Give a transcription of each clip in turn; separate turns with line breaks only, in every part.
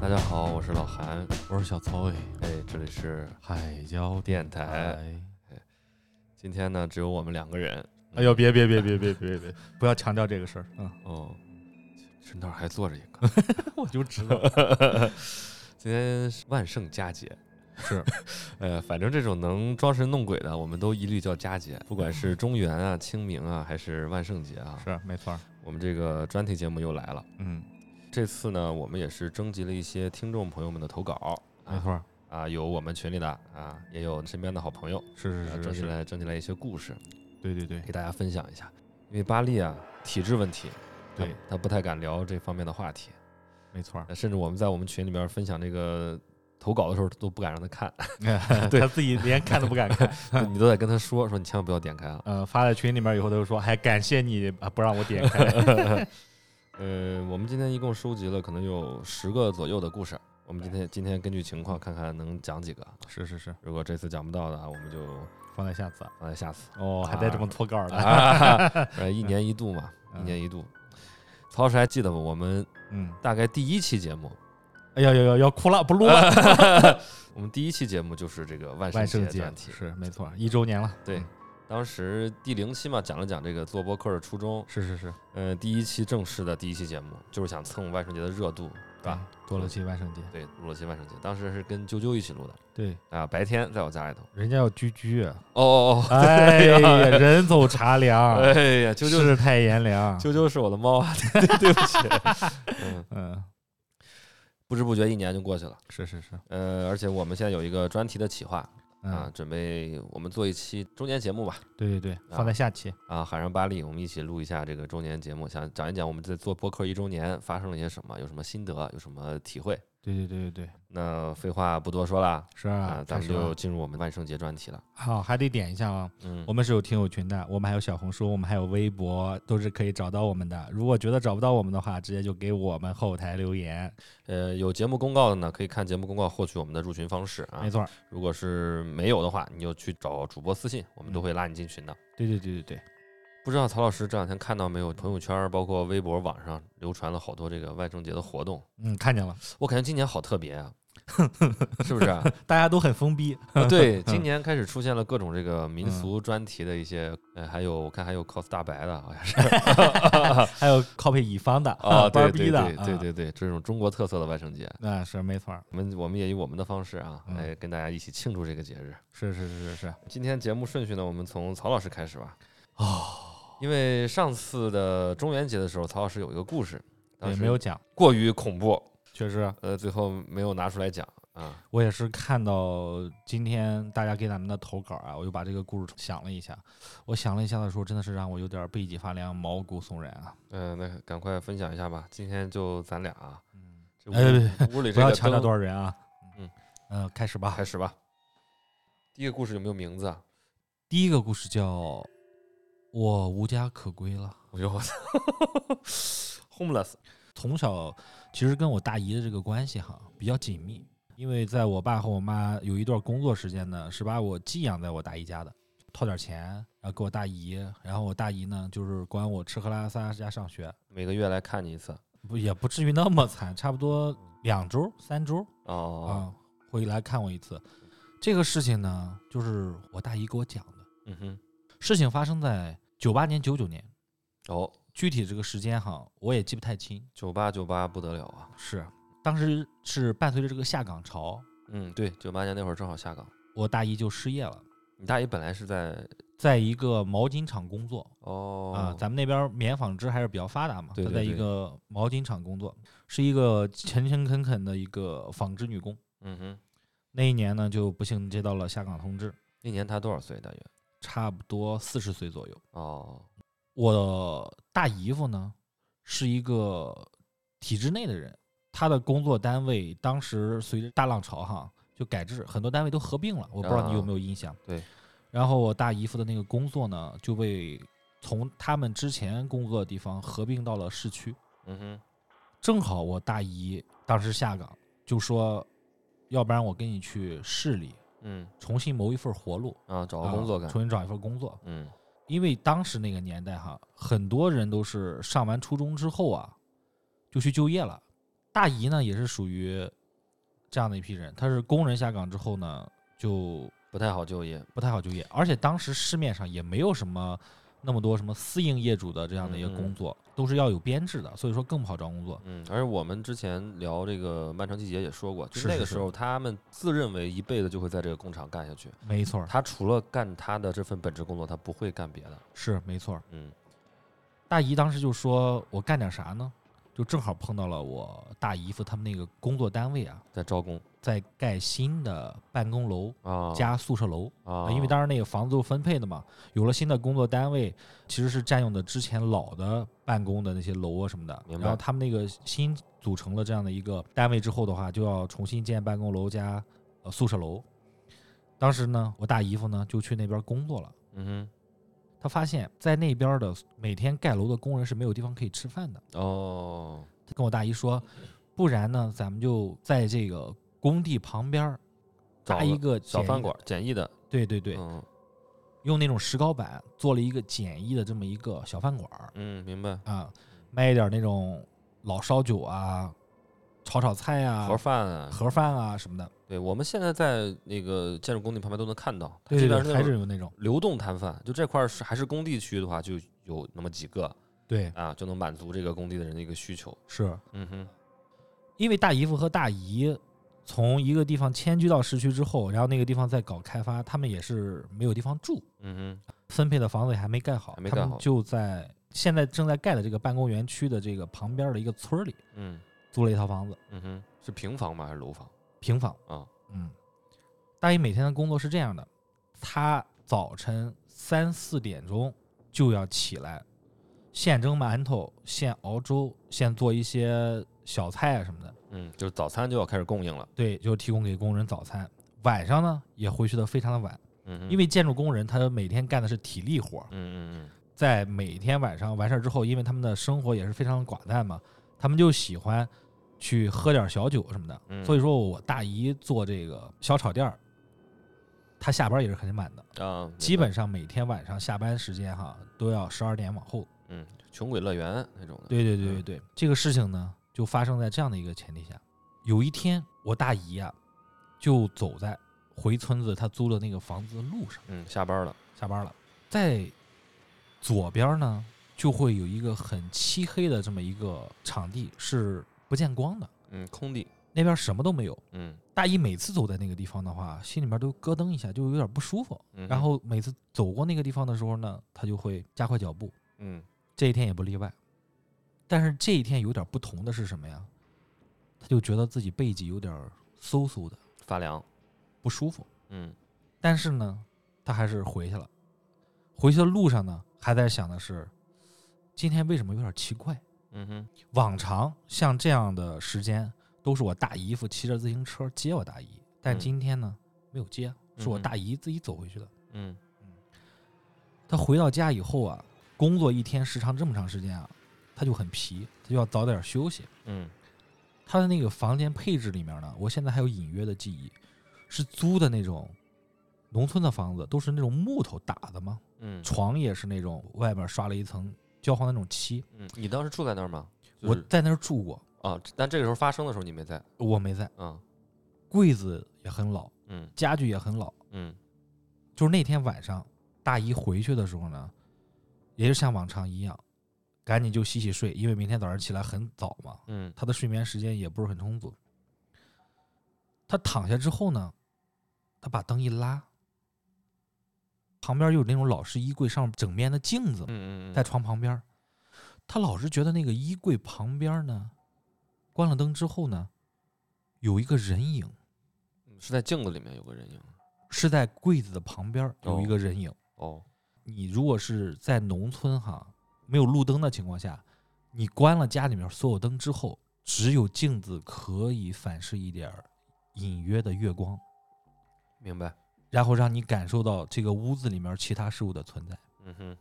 大家好，我是老韩，
我是小曹伟，
哎，这里是
海椒
电台。
台。
今天呢，只有我们两个人。
哎呦，别别别别别别别，不要强调这个事儿啊！
哦，这那儿还坐着一 个。
我就知道，
今天是万圣佳节，
是，
呃，反正这种能装神弄鬼的，我们都一律叫佳节，不管是中元啊、清明啊，还是万圣节啊。
嗯是没错儿。
我们这个专题节目又来了。
嗯，
这次呢，我们也是征集了一些听众朋友们的投稿
没错儿，
啊，有我们群里的啊，也有身边的好朋友，
是
啊
是
征
是
集
是，
来征集来一些故事。
对对对
给大家分享一下，因为巴利啊体质问题，他
对，
他不太敢聊这方面的话题，
没 错儿。
呃甚至我们在我们群里面分享这个投稿的时候都不敢让他看， 对
他自己连看都不敢看。
你都得跟他说说你千万不要点开啊。
呃，发在群里面以后，他就说：“还感谢你啊，不让我点开。
呃，我们今天一共收集了可能有十个左右的故事，我们今天今天根据情况看看能讲几个，”啊
是是是，
如果这次讲不到的啊，我们就
放在下次啊。
放在下次
哦，还带这么脱稿儿的。
啊，反正一年一度嘛，一
嗯
年一度。曹老师还记得不？我们
嗯，
大概第一期节目，
哎呀呀呀，要哭了，不录
啊
了。
我们第一期节目就是这个万
万
圣
圣
节
节
专题，
是没错儿，一周年了。
对
嗯，
当时第零期嘛，讲了讲这个做播客的初衷。
是是是，
呃，第一期正式的第一期节目，就是想蹭万圣节的热度，是吧？
哎？多了期万圣节，
对，录了期万圣节，当时是跟啾啾一起录的
对，
啊，白天在我家里头。
人家要居 居啊。
哦哦哦，
哎呀，人走茶凉，
哎呀，啾啾，
世态炎凉。
啾啾是我的猫啊，对对不起。嗯，
嗯，
不知不觉一年就过去了。
是是是，
呃，而且我们现在有一个专题的企划啊
嗯，，
准备我们做一期周年节目吧。
对对对，
啊
放在下期。
啊，海上巴黎，我们一起录一下这个周年节目，想讲一讲我们在做播客一周年发生了些什么，有什么心得，有什么体会。
对对对对对，
那废话不多说了
是
啊
啊，，
咱们
开始了
就进入我们万圣节专题了。
好，还得点一下啊。
嗯，
我们是有听友群的，我们还有小红书，我们还有微博，都是可以找到我们的。如果觉得找不到我们的话，直接就给我们后台留言。
呃有节目公告的呢，可以看节目公告获取我们的入群方式啊
没。错儿，
如果是没有的话，你就去找主播私信，我们都
嗯
会拉你进群的。
对对对对对，
不知道曹老师这两天看到没有，朋友圈包括微博网上流传了好多这个万圣节的活动，
嗯，看见了，
我感觉今年好特别啊， 是不是啊？
大家都很封 闭。
啊，对，今年开始出现了各种这个
嗯
民俗专题的一些，呃，还有我看还有 cos 大白的，好像 是
还有 copy 乙方的
啊，
班
对
儿逼
对
的
对，对
啊，
对对，这种中国特色的万圣节，
那是没错儿，
我们我们也以我们的方式啊，
嗯
来跟大家一起庆祝这个节日。
是是是是是，
今天节目顺序呢，我们从曹老师开始吧。哦，因为上次的中元节的时候，曹老师有一个故事，当
也
时
没有讲，
过于恐怖，
确实。
呃，最后没有拿出来讲啊。
我也是看到今天大家给咱们的投稿啊，我就把这个故事想了一下。我想了一下的时候，真的是让我有点背脊发凉、毛骨悚然啊！
嗯、那赶快分享一下吧。今天就咱俩啊，
嗯，
这
哎别
屋屋里这
不要
个
强调
灯
多少人啊。
嗯
呃，开始吧
开。始吧。第一个故事有没有名字啊？
第一个故事叫《我无家可归了》。
我哎觉得我操 ，homeless
从小其实跟我大姨的这个关系哈比较紧密，因为在我爸和我妈有一段工作时间呢，是把我寄养在我大姨家的，掏点钱，然后给我大姨，然后我大姨呢就是管我吃喝拉撒加上学，
每个月来看你一次。
不也不至于那么惨，差不多两周三周啊、
哦，
会来看我一次。这个事情呢，就是我大姨给我讲的。
嗯哼，
事情发生在九八年九九年，
哦，
具体这个时间哈我也记不太清。
九八九八不得了啊！
是当时是伴随着这个下岗潮，
嗯，对，九八年那会儿正好下岗。
我大姨就失业了，
你大姨本来是在
在一个毛巾厂工作啊、
哦，
咱们那边棉纺织还是比较发达嘛，
对对
她在一
对
个毛巾厂工作，是一个勤勤恳恳的一个纺织女工。
嗯哼，
那一年呢，就不幸接到了下岗通知，
那年她多少岁？大约
差不多四十岁左右。
哦，
我大姨夫呢是一个体制内的人，他的工作单位当时随着大浪潮哈就改制，很多单位都合并了，我不知道你有没有印象。
啊对。
然后我大姨夫的那个工作呢就被从他们之前工作的地方合并到了市区，
嗯哼，
正好我大姨当时下岗，就说要不然我跟你去市里
嗯
重新谋一份活路，
啊，找个工作
啊
干。
重新找一份工作。
嗯，
因为当时那个年代哈，很多人都是上完初中之后啊，就去就业了，大姨呢也是属于这样的一批人，她是工人下岗之后呢就
不太好就业。
不太好就业，而且当时市面上也没有什么那么多什么私营业主的这样的一个
嗯嗯
工作，都是要有编制的，所以说更不好找工作。
嗯，而我们之前聊这个漫长季节也说过，就是那
是
个
是
时候他们自认为一辈子就会在这个工厂干下去，
没错儿，
他除了干他的这份本职工作，他不会干别的。
是没错儿。
嗯
大姨当时就说：“我干点啥呢？”就正好碰到了我大姨夫他们那个工作单位啊，，
在招工
在盖新的办公楼
啊
加宿舍楼，
啊，
因为当时那个房子都是分配的嘛，有了新的工作单位，其实是占用的之前老的办公的那些楼啊什么的。
明白
然后他们那个新组成了这样的一个单位之后的话，就要重新建办公楼加呃宿舍楼。当时呢，我大姨夫呢就去那边工作了。
嗯
他发现，在那边的每天盖楼的工人是没有地方可以吃饭的。
哼哦，
他跟我大姨说，不然呢，咱们就在这个工地旁边儿
找
搭一个
小
简易
饭
的
馆，简易的，
对对对，
嗯
用那种石膏板做了一个简易的这么一个小饭馆儿
嗯，明白。
啊，卖一点那种老烧酒啊、炒炒菜啊、
盒饭啊，
盒饭啊什么的，
对，我们现在在那个建筑工地旁边都能看到，它
对
基
对
本上
对，还
那
是
种
有那种
流动摊贩，就这块儿是还是工地区的话，就有那么几个
对
啊，就能满足这个工地的人的一个需求。
是
嗯哼，
因为大姨夫和大姨从一个地方迁居到市区之后，然后那个地方在搞开发，他们也是没有地方住，
嗯哼，
分配的房子也还没盖好，
还没
他
盖
们
好
就在现在正在盖的这个办公园区的这个旁边的一个村儿里
嗯
租了一套房子，
嗯哼，是平房吗？还是楼房？
平房。
啊，
嗯，大姨每天的工作是这样的，她早晨三四点钟就要起来，现蒸馒头，现熬粥，现做一些小菜啊什么的，
嗯，就是早餐就要开始供应了。
对，就提供给工人早餐。晚上呢也回去的非常的晚，
嗯哼，
因
为
为建筑工人他每天干的是体力活儿，
嗯嗯
在每天晚上完事儿之后，因为他们的生活也是非常寡淡嘛，他们就喜欢去喝点小酒什么的。
嗯
所以说我大姨做这个小炒店儿，她下班也是很满的，
嗯啊，明白
基本上每天晚上下班时间哈都要十二点往后。
嗯，穷鬼乐园那种的。
对对对对对，这个事情呢就发生在这样的一个前提下，有一天我大姨啊就走在回村子她租的那个房子的路上。
嗯，下班了。
下班了，在左边呢就会有一个很漆黑的这么一个场地，是不见光的，
嗯，空地。
那边什么都没有。
嗯
大姨每次走在那个地方的话，心里面都咯噔一下，就有点不舒服。
嗯，
然后每次走过那个地方的时候呢，她就会加快脚步，
嗯
这一天也不例外。但是这一天有点不同的是什么呀？她就觉得自己背脊有点嗖嗖的
发凉。
不舒服。
嗯
但是呢，他还是回去了。回去的路上呢，还在想的是，今天为什么有点奇怪？
嗯哼，
往常像这样的时间，都是我大姨夫骑着自行车接我大姨，但
嗯
今天呢，没有接，是我
嗯哼
大姨自己走回去的。
嗯
他回到家以后啊，工作一天时长这么长时间啊，他就很疲，他就要早点休息。
嗯
他的那个房间配置里面呢，我现在还有隐约的记忆，是租的那种农村的房子，都是那种木头打的嘛，
嗯
床也是那种外面刷了一层焦黄的那种漆。
嗯，你当时住在那儿吗？就
我
是
在那儿住过，
啊，但这个时候发生的时候你没在。
我没在，
啊，
柜子也很老，
嗯
家具也很老。
嗯
就是那天晚上大姨回去的时候呢，也是像往常一样，赶紧就洗洗睡，因为明天早上起来很早嘛，
嗯
她的睡眠时间也不是很充足。她躺下之后呢，她把灯一拉，旁边有那种老式衣柜上整面的镜子嘛，
嗯嗯，
在床旁边儿，他老是觉得那个衣柜旁边儿呢，关了灯之后呢，有一个人影
是在镜子里面有个人影。
是在柜子的旁边儿有一
哦
个人影。
哦，
你如果是在农村哈，没有路灯的情况下，你关了家里面所有灯之后，只有镜子可以反射一点儿隐约的月光，
明白。
然后让你感受到这个屋子里面其他事物的存在。
嗯哼，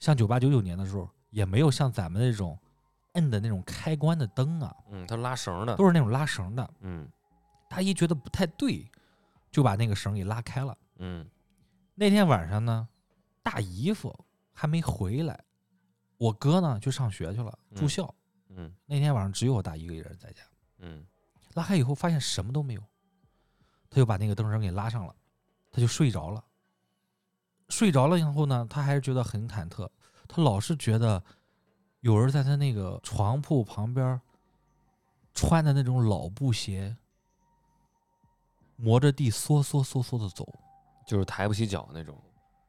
像九八九九年的时候，也没有像咱们这种摁的那种开关的灯啊，
嗯，他拉绳的。
都是那种拉绳的。
嗯
大姨觉得不太对，就把那个绳给拉开了。
嗯
那天晚上呢，大姨夫还没回来，我哥呢去上学去了，
嗯
住校。
嗯
那天晚上只有我大姨一个人在家，
嗯
拉开以后发现什么都没有，他就把那个灯绳给拉上了，他就睡着了。睡着了以后呢，他还是觉得很忐忑，他老是觉得有人在他那个床铺旁边儿穿的那种老布鞋，磨着地嗦嗦嗦嗦的走，
就是抬不起脚那种，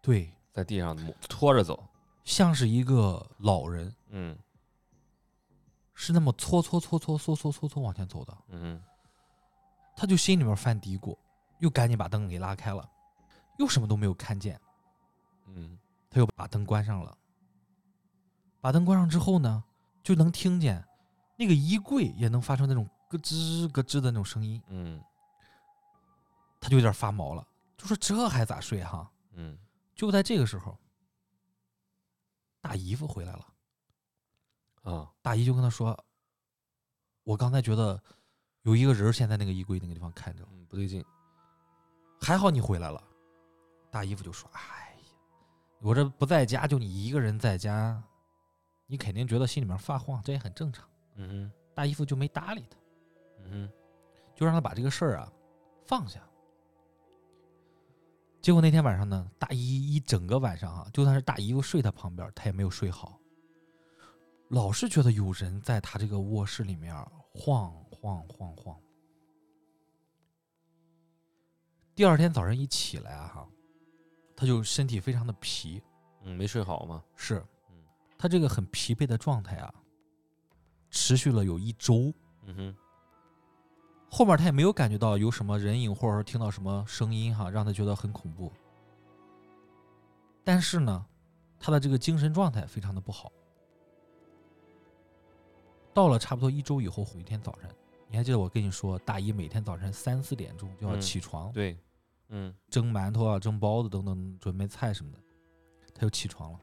对，
在地上磨拖着走。
像是一个老人，
嗯
是那么搓搓搓搓搓搓搓搓往前走的。
嗯
他就心里面犯嘀咕，又赶紧把灯给拉开了，又什么都没有看见，
嗯
他又把灯关上了。把灯关上之后呢，就能听见那个衣柜也能发出那种咯吱咯吱的那种声音，
嗯
他就有点发毛了，就说这还咋睡哈、
嗯
就在这个时候，大姨夫回来了，
啊
大姨就跟他说：“我刚才觉得有一个人现在那个衣柜那个地方看着我。”
嗯不对劲。
还好你回来了。大姨夫就说：“哎呀，我这不在家，就你一个人在家，你肯定觉得心里面发慌，这也很正常。
嗯”
大姨夫就没搭理他，
哼嗯
就让他把这个事儿啊放下。结果那天晚上呢，大姨一整个晚上啊，就算是大姨夫睡他旁边，他也没有睡好，老是觉得有人在他这个卧室里面晃晃晃晃。第二天早上一起来啊，哈，他就身体非常的疲，
哼嗯没睡好嘛。
是
嗯，
他这个很疲惫的状态啊，持续了有一周。
嗯哼
后面他也没有感觉到有什么人影，或者说听到什么声音哈，让他觉得很恐怖。但是呢，他的这个精神状态非常的不好。到了差不多一周以后，有一天早晨，你还记得我跟你说，大姨每天早晨三四点钟就要
嗯
起床，
对嗯
蒸馒头啊、蒸包子等等，准备菜什么的，他就起床了。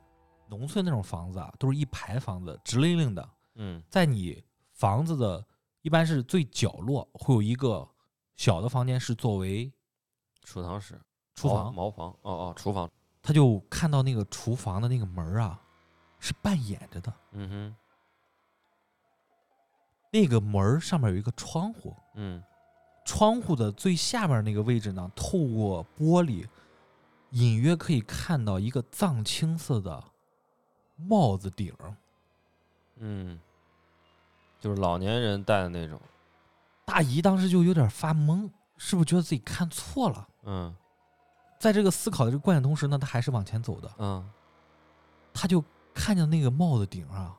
农村那种房子啊，都是一排房子，直愣愣的，
嗯
在你房子的一般是最角落会有一个小的房间是作为
储藏室
厨
茅
房，
茅房哦哦厨房。
他就看到那个厨房的那个门儿啊是半掩着的，
嗯哼
那个门儿上面有一个窗户，
嗯
窗户的最下面那个位置呢，透过玻璃隐约可以看到一个藏青色的帽子顶儿。
嗯，就是老年人戴的那种。
大姨当时就有点发懵，是不是觉得自己看错了？
嗯
在这个思考的这个过程同时呢，他还是往前走的。
嗯
他就看见那个帽子顶啊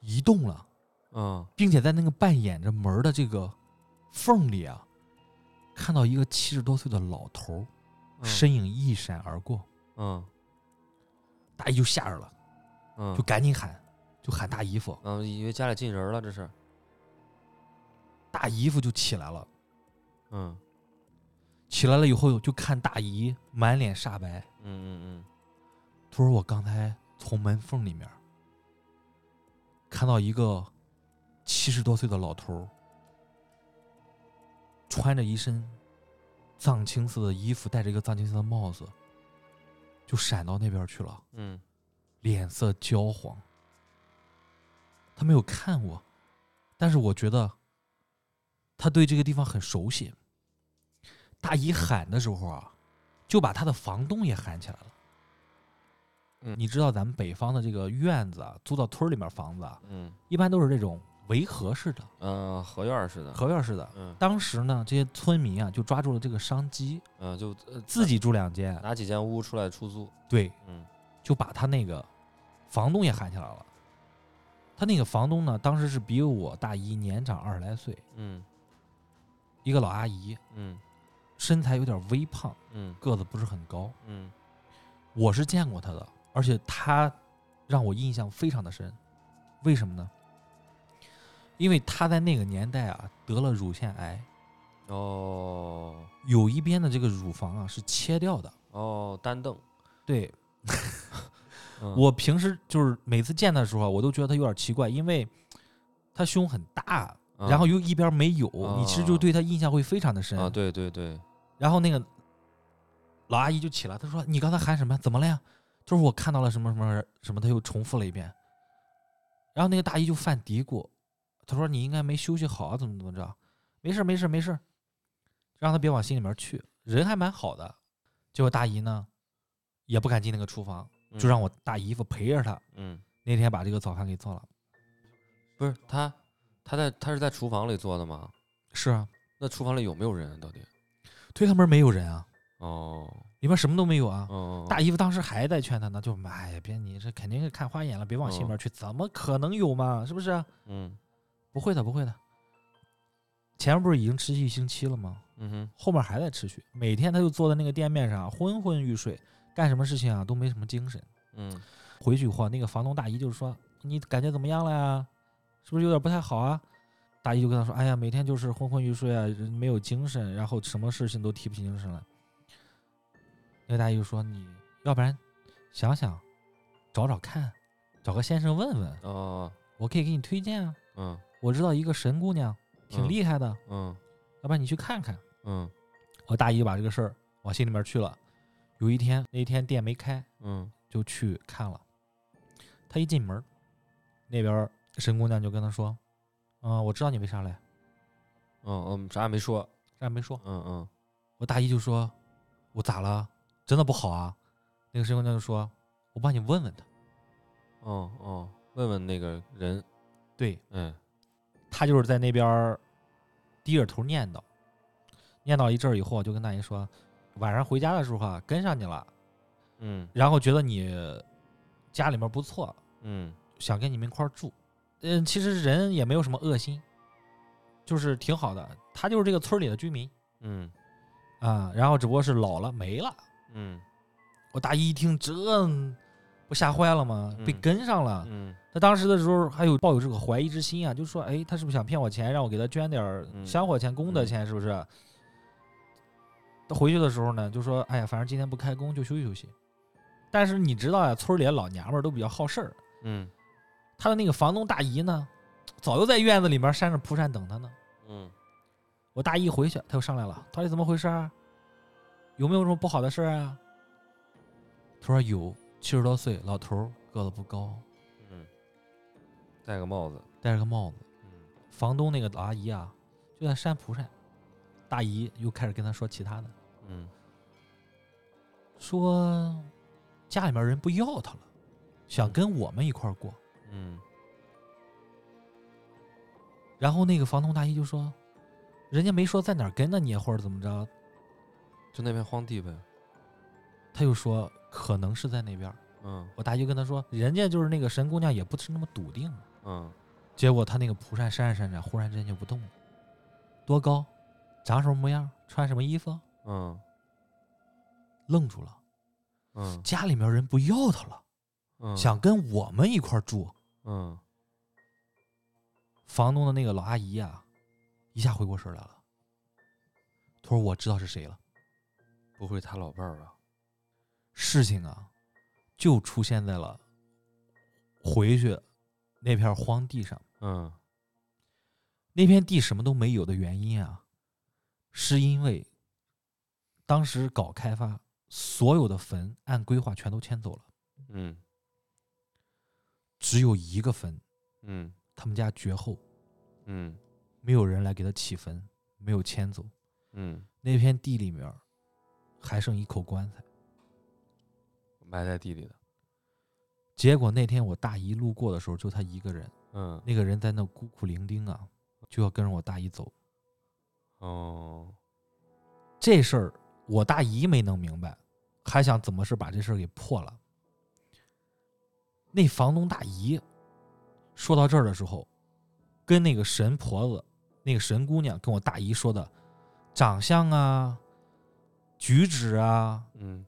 移动了，
嗯
并且在那个半掩着门的这个缝里啊，看到一个七十多岁的老头
嗯
儿身影一闪而过，
嗯
大姨就吓着了，
嗯
就赶紧喊，就喊大姨夫，
嗯，以为家里进人了，这是。
大姨夫就起来了，
嗯
起来了以后就看大姨满脸煞白，
嗯嗯
他说我刚才从门缝里面看到一个七十多岁的老头儿，穿着一身藏青色的衣服，戴着一个藏青色的帽子，就闪到那边去了，
嗯
脸色焦黄。他没有看我，但是我觉得他对这个地方很熟悉。大姨喊的时候啊，就把他的房东也喊起来了。
嗯
你知道咱们北方的这个院子啊，租到村儿里面房子啊，
嗯
一般都是这种围合式的、
嗯，呃，合院儿似的。
合院式的。
嗯
当时呢，这些村民啊就抓住了这个商机，
嗯，就呃
自己住两间，
拿几间屋出来出租。
对，
嗯
就把他那个房东也喊起来了。他那个房东呢，当时是比我大姨年长二十来岁，
嗯
一个老阿姨，
嗯
身材有点微胖，
嗯
个子不是很高。
嗯
我是见过她的，而且她让我印象非常的深。为什么呢？因为她在那个年代啊得了乳腺癌，
哦
有一边的这个乳房啊是切掉的。
哦，单凳。
对
嗯
我平时就是每次见她的时候啊，我都觉得她有点奇怪，因为她胸很大，
嗯
然后又一边没有，你其实就
啊
对她印象会非常的深
啊，。对对对，
然后那个老阿姨就起来，她说：“你刚才喊什么？怎么了呀？”就是我看到了什么什么什么，她又重复了一遍。然后那个大姨就犯嘀咕，他说你应该没休息好啊，怎么怎么着？没事儿没事儿没事儿，让他别往心里面去，人还蛮好的。结果大姨呢也不敢进那个厨房，就让我大姨夫陪着她。
嗯，
那天把这个早饭给做了。
不是他，他在他是在厨房里做的吗？
是啊，
那厨房里有没有人啊到底？
推开门没有人啊，
哦，
里面什么都没有啊。
嗯，
大姨夫当时还在劝他呢，就哎呀，别你这肯定是看花眼了，别往心里面去，怎么可能有嘛？是不是？
嗯
不会的，不会的。前面不是已经持续一星期了吗？
嗯哼，
后面还在持续，每天他就坐在那个店面上昏昏欲睡，干什么事情啊都没什么精神。
嗯
回去以后，那个房东大姨就说：“你感觉怎么样了呀？是不是有点不太好啊？”大姨就跟他说：“哎呀，每天就是昏昏欲睡啊，人没有精神，然后什么事情都提不起精神来。”那个大姨就说：“你要不然想想，找找看，找个先生问问，
哦
我可以给你推荐啊。
嗯
我知道一个神姑娘挺
嗯
厉害的，
嗯
要不然你去看看。”
嗯
我大姨就把这个事儿往心里面去了。有一天，那一天店没开，
嗯
就去看了。他一进门儿，那边儿神姑娘就跟他说：“嗯、我知道你为啥来。
嗯嗯，啥也没说，”
啥也没说。
嗯嗯
我大姨就说：“我咋了？真的不好啊？”那个神姑娘就说：“我帮你问问他。
哦哦，问问那个人，
对
哎，”
他就是在那边儿低着头念叨，念叨一阵儿以后，我就跟大姨说：“晚上回家的时候啊，跟上你了，
嗯
然后觉得你家里面不错，
嗯
想跟你们一块儿住。嗯，其实人也没有什么恶心，就是挺好的。他就是这个村儿里的居民
嗯
啊、然后只不过是老了没了。
嗯
我大姨一听这不吓坏了吗？被
嗯
跟上了。
嗯
他当时的时候还有抱有这个怀疑之心啊，就说：“哎，他是不是想骗我钱，让我给他捐点儿
嗯
香火钱、功德
嗯
钱，是不是？”他回去的时候呢，就说：“哎呀，反正今天不开工，就休息休息。”但是你知道呀、村儿里的老娘们儿都比较好事儿，
嗯
他的那个房东大姨呢，早就在院子里面扇着蒲扇等他呢。
嗯
我大姨回去，他又上来了，到底怎么回事啊？有没有什么不好的事儿啊？他说有，七十多岁老头儿，个子不高，
嗯，戴个帽子，
戴着个帽子。
嗯
房东那个老阿姨啊，就在扇蒲扇。大姨又开始跟他说其他的，
嗯
说家里面人不要他了，想跟我们一块儿过。
嗯
然后那个房东大姨就说，人家没说在哪儿跟着你啊或者怎么着，
就那片荒地呗，
他又说可能是在那边儿。
嗯
我大姨就跟他说，人家就是那个神姑娘也不是那么笃定嘛。
嗯
结果他那个蒲扇扇着扇着，忽然之间就不动了，多高，长什么模样，穿什么衣服，
嗯
愣住了。
嗯
家里面人不要他了，
嗯，
想跟我们一块儿住。
嗯
房东的那个老阿姨啊，一下回过神来了，她说：“我知道是谁了。
不会他老伴儿吧？”
事情啊，就出现在了回去那片荒地上。
嗯
那片地什么都没有的原因啊，是因为当时搞开发，所有的坟按规划全都迁走了，
嗯
只有一个坟，
嗯
他们家绝后，
嗯
没有人来给他起坟，没有迁走。
嗯，
那片地里面还剩一口棺材。
埋在地里的，
结果那天我大姨路过的时候，就她一个人，
嗯
那个人在那孤苦伶仃啊，就要跟着我大姨走。
哦，
这事儿我大姨没弄明白，还想怎么是把这事儿给破了。那房东大姨说到这儿的时候，跟那个神婆子、那个神姑娘跟我大姨说的长相啊、举止啊、
嗯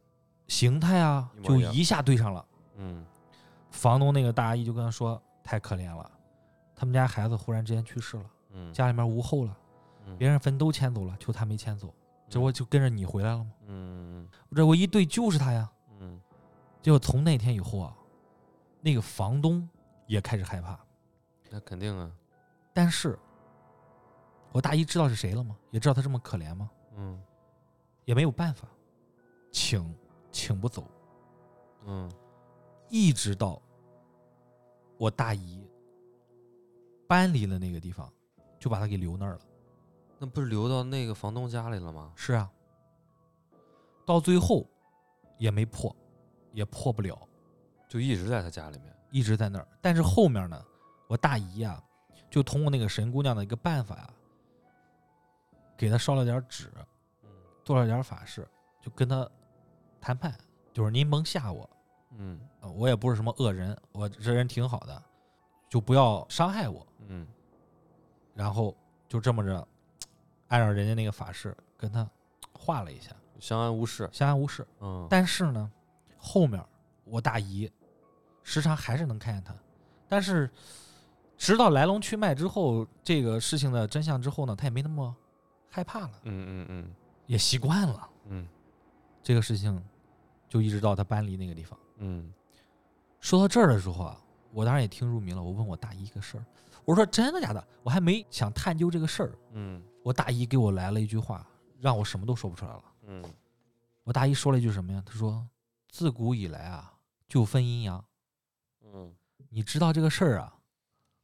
形态啊
一，模
就
一样
一下对上了。
嗯
房东那个大姨就跟她说：“太可怜了，他们家孩子忽然之间去世了，
嗯，
家里面无后了，
嗯
别人坟都迁走了，就他没迁走，这不就跟着你回来了吗？”
嗯
这我一对就是他呀。
嗯
结果从那天以后啊，那个房东也开始害怕。
那肯定啊，
但是，我大姨知道是谁了吗？也知道他这么可怜吗？
嗯
也没有办法，请请不走，
嗯
一直到我大姨搬离了那个地方，就把他给留那儿了。
那不是留到那个房东家里了吗？
是啊，到最后也没破，也破不了，
就一直在他家里面。
一直在那儿。但是后面呢，我大姨啊，就通过那个神姑娘的一个办法啊，给他烧了点纸，做了点法事，就跟他谈判，就是您甭吓我，
嗯
呃我也不是什么恶人，我这人挺好的，就不要伤害我。
嗯
然后就这么着，按照人家那个法事跟他画了一下，
嗯，相安无事。
相安无事。
嗯，
但是呢，后面我大姨时常还是能看见他，但是直到来龙去脉之后，这个事情的真相之后呢，他也没那么害怕了，
嗯嗯嗯
也习惯了
嗯
这个事情，就一直到他搬离那个地方。
嗯
说到这儿的时候啊，我当然也听入迷了，我问我大姨一个事儿，我说真的假的？我还没想探究这个事儿，
嗯
我大姨给我来了一句话，让我什么都说不出来了。
嗯
我大姨说了一句什么呀？她说：“自古以来啊，就分阴阳。”
嗯
你知道这个事儿啊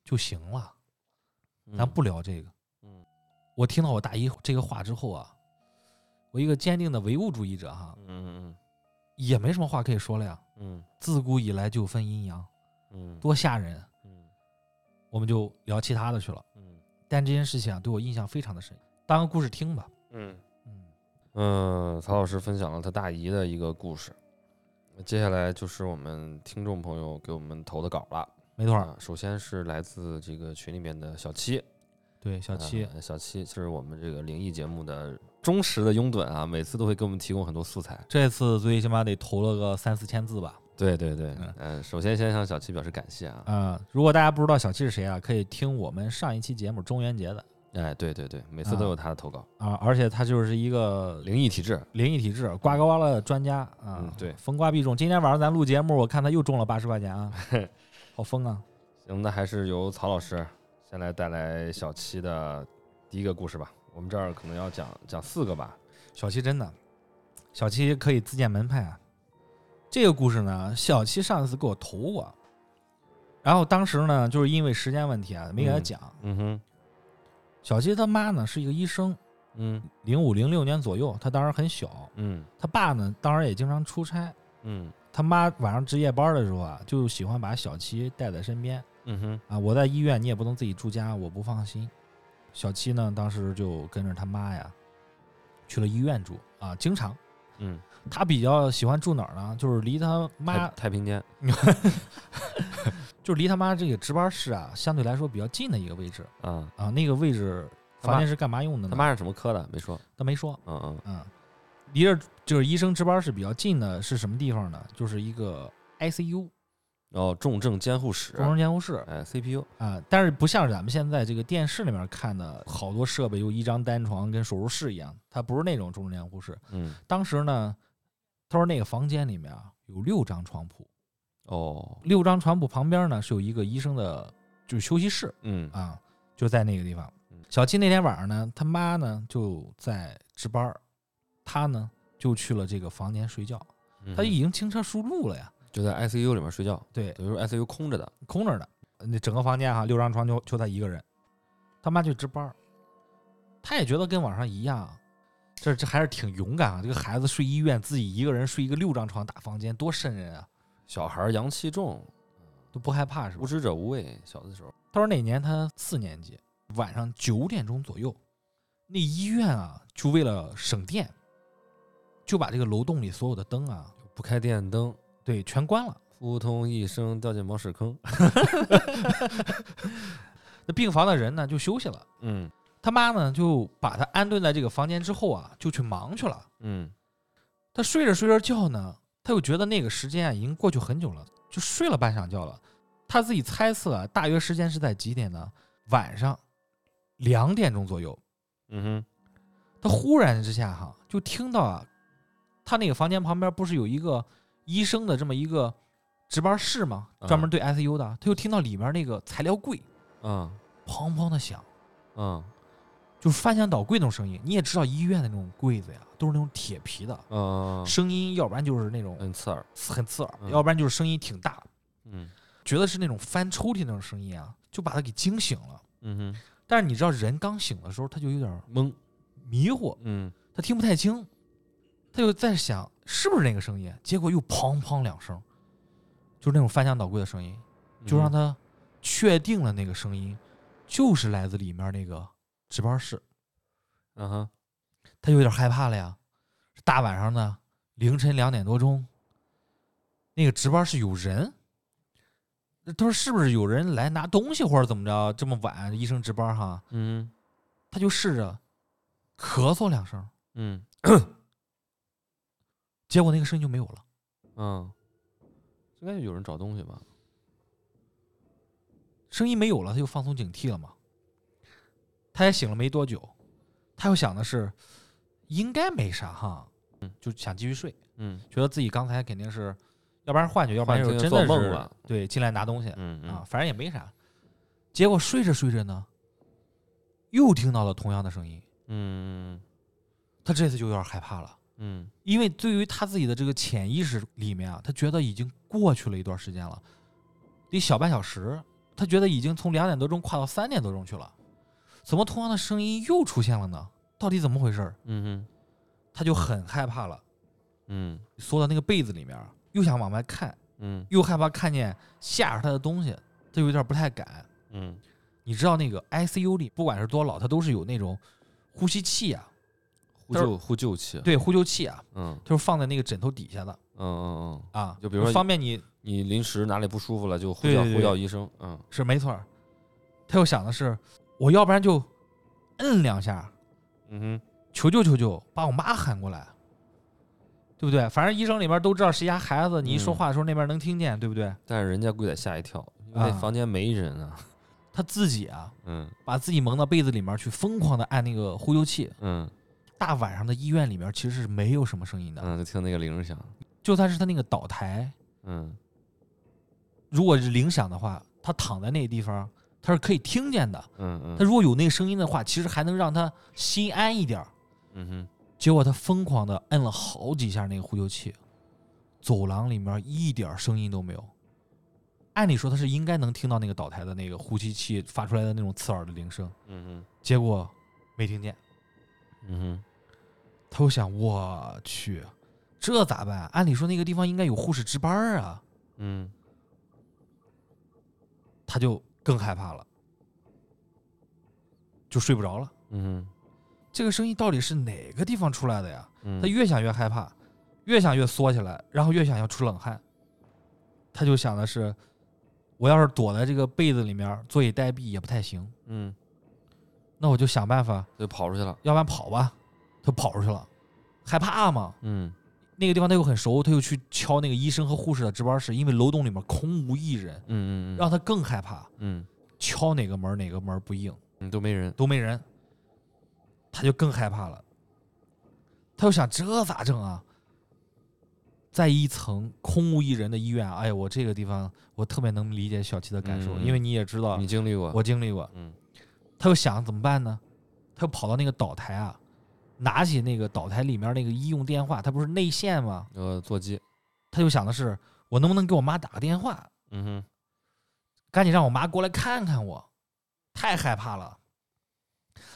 就行了，
嗯，
咱不聊这个。
嗯
我听到我大姨这个话之后啊，我一个坚定的唯物主义者哈，
嗯嗯
也没什么话可以说了呀。
嗯
自古以来就分阴阳，
嗯
多吓人！
嗯
我们就聊其他的去了。
嗯
但这件事情啊，对我印象非常的深，当个故事听吧。
嗯。
嗯，
嗯，曹老师分享了他大姨的一个故事，那接下来就是我们听众朋友给我们投的稿了。
没错儿，
啊，首先是来自这个群里面的小七，
对小七，
呃小七是我们这个灵异节目的忠实的拥趸啊，每次都会给我们提供很多素材。
这次最起码得投了个三四千字吧。
对对对
嗯，
嗯，首先先向小七表示感谢啊，
啊、如果大家不知道小七是谁啊，可以听我们上一期节目中元节的
哎，对对对，每次都有他的投稿，
啊、而且他就是一个
灵异体质，
灵异体质，刮刮乐专家啊、
嗯对
逢刮必中。今天晚上咱录节目，我看他又中了八十块 钱啊，好疯啊！
行，那还是由曹老师先来带来小七的第一个故事吧。我们这儿可能要讲讲四个吧，
小七真的，小七可以自建门派啊。这个故事呢，小七上次给我投过，然后当时呢，就是因为时间问题啊，没给他
嗯
讲。
嗯哼，
小七他妈呢是一个医生，
嗯
零五零六年左右，他当时很小，
嗯
他爸呢当时也经常出差，
嗯
他妈晚上值夜班的时候啊，就喜欢把小七带在身边。
嗯哼，
啊，我在医院，你也不能自己住家，我不放心。小七呢，当时就跟着他妈呀，去了医院住啊，经常。
嗯，
他比较喜欢住哪儿呢？就是离他
太
妈，
太平间，
就是离他妈这个值班室啊，相对来说比较近的一个位置
啊，
啊。那个位置
他妈
房间是干嘛用的呢？
他妈是什么科的？没说，
他没说，
嗯嗯
嗯，离着就是医生值班室比较近的是什么地方呢？就是一个 ICU
哦，重症监护室
重，症监护室
哎，CPU，
啊，但是不像咱们现在这个电视里面看的好多设备，有一张单床跟手术室一样，它不是那种重症监护室。
嗯，
当时呢，他说那个房间里面啊有六张床铺，
哦，
六张床铺旁边呢是有一个医生的就是休息室
嗯
啊，就在那个地方
嗯。
小七那天晚上呢，他妈呢就在值班儿，他呢就去了这个房间睡觉，
嗯
啊他
哼
已经轻车熟路了呀，
就在 ICU 里面睡觉，
对，
等于说 ICU 空着的，
空着的，那整个房间哈、六张床就就他一个人，他妈去值班儿，他也觉得跟网上一样，这这还是挺勇敢啊！这个孩子睡医院，自己一个人睡一个六张床大房间，多瘆人啊！
小孩儿阳气重，
都不害怕是
无
吧？
知者无畏，小的时候，
他说那年他四年级，晚上九点钟左右，那医院啊，就为了省电，就把这个楼栋里所有的灯啊，
不开电灯，
对，全关了。
扑通一声掉进茅屎坑，
那病房的人呢就休息了，
嗯
他妈呢就把他安顿在这个房间之后啊，就去忙去了。
嗯
他睡着睡着觉呢，他又觉得那个时间啊已经过去很久了，就睡了半晌觉了。他自己猜测啊，大约时间是在几点呢？晚上两点钟左右。
嗯哼。
他忽然之下哈，就听到啊，他那个房间旁边不是有一个医生的这么一个值班室吗？
嗯
专门对 ICU 的。他就听到里面那个材料柜
啊
砰砰的响，
啊
就是翻箱倒柜那种声音。你也知道医院的那种柜子呀，都是那种铁皮的，
啊！
声音要不然就是那种
嗯，刺耳，
很刺耳，
嗯
要不然就是声音挺大。
嗯
觉得是那种翻抽屉那种声音啊，就把他给惊醒了。
嗯
但是你知道，人刚醒的时候，他就有点
哼，懵，
迷糊，
嗯
他听不太清，他就在想是不是那个声音，结果又砰砰两声，就是那种翻箱倒柜的声音，就让
他，
他确定了那个声音就是来自里面那个值班室，
嗯哼，
他就有点害怕了呀。大晚上的凌晨两点多钟，那个值班室有人，他说是不是有人来拿东西或者怎么着？这么晚医生值班哈，
嗯
他就试着咳嗽两声，
嗯
结果那个声音就没有了。
嗯，应该有人找东西吧？
声音没有了，他就放松警惕了嘛。他也醒了没多久，他又想的是，应该没啥哈
嗯，
就想继续睡，
嗯，哎
觉得自己刚才肯定是，要不然幻觉，要不然
幻
就
觉
真
做
的
梦
是
了
对进来拿东西
嗯
啊
嗯，，
反正也没啥。结果睡着睡着呢，又听到了同样的声音，
嗯
他这次就有点害怕了，
嗯
因为对于他自己的这个潜意识里面啊，他觉得已经过去了一段时间了，得小半小时，他觉得已经从两点多钟跨到三点多钟去了，怎么同样的声音又出现了呢？到底怎么回事儿？
嗯
他就很害怕了，
嗯
缩到那个被子里面，啊又想往外看，
嗯
又害怕看见吓着他的东西，他有点不太敢。
嗯，
你知道那个 ICU 里，不管是多老，他都是有那种呼吸器啊，
呼救呼救器，
对，呼救器啊，
嗯
就是放在那个枕头底下的
嗯嗯嗯，
啊，
就比如说
方便你
你临时哪里不舒服了就呼
对
叫
对
呼
对
叫医生，嗯
是没错儿。他又想的是，我要不然就摁两下，
嗯
求救求救，把我妈喊过来，对不对？反正医生里面都知道谁家孩子，你一
嗯
说话的时候那边能听见，对不对
哼？，但是人家估计得吓一跳，因为
啊
房间没人啊，
他自己啊，
嗯
把自己蒙到被子里面去，疯狂的按那个呼救器。
嗯
大晚上的医院里面其实是没有什么声音的，
嗯，就听那个铃响，
就算是他那个倒台，
嗯
如果是铃响的话，他躺在那个地方，他是可以听见的。
嗯
他
嗯
如果有那个声音的话，其实还能让他心安一点儿。
嗯哼，
结果他疯狂的摁了好几下那个呼救器，走廊里面一点声音都没有。按理说他是应该能听到那个倒台的那个呼吸器发出来的那种刺耳的铃声，
嗯哼
结果没听见。
嗯哼，
他又想，我去，这咋办？按理说那个地方应该有护士值班啊，
嗯
他就更害怕了，就睡不着了。
嗯哼。
这个声音到底是哪个地方出来的呀？
嗯
他越想越害怕，越想越缩起来，然后越想要出冷汗。他就想的是，我要是躲在这个被子里面坐以待毙也不太行，
嗯，
那我就想办法，
就跑出去了。
要不然跑吧。他跑出去了，害怕嘛？
嗯
那个地方他又很熟，他又去敲那个医生和护士的值班室，因为楼栋里面空无一人，
嗯嗯嗯，
让他更害怕。
嗯
敲哪个门儿哪个门儿不应，
嗯都没人。
都没人，他就更害怕了。他就想这咋整啊？在一层空无一人的医院啊，哎呀，我这个地方我特别能理解小七的感受，
嗯
因为你也知道
你经历过？
我经历过。
嗯
他就想怎么办呢？他就跑到那个岛台啊，拿起那个岛台里面那个医用电话，他不是内线吗？
呃，座机。
他就想的是，我能不能给我妈打个电话，
嗯哼，
赶紧让我妈过来看看我，太害怕了。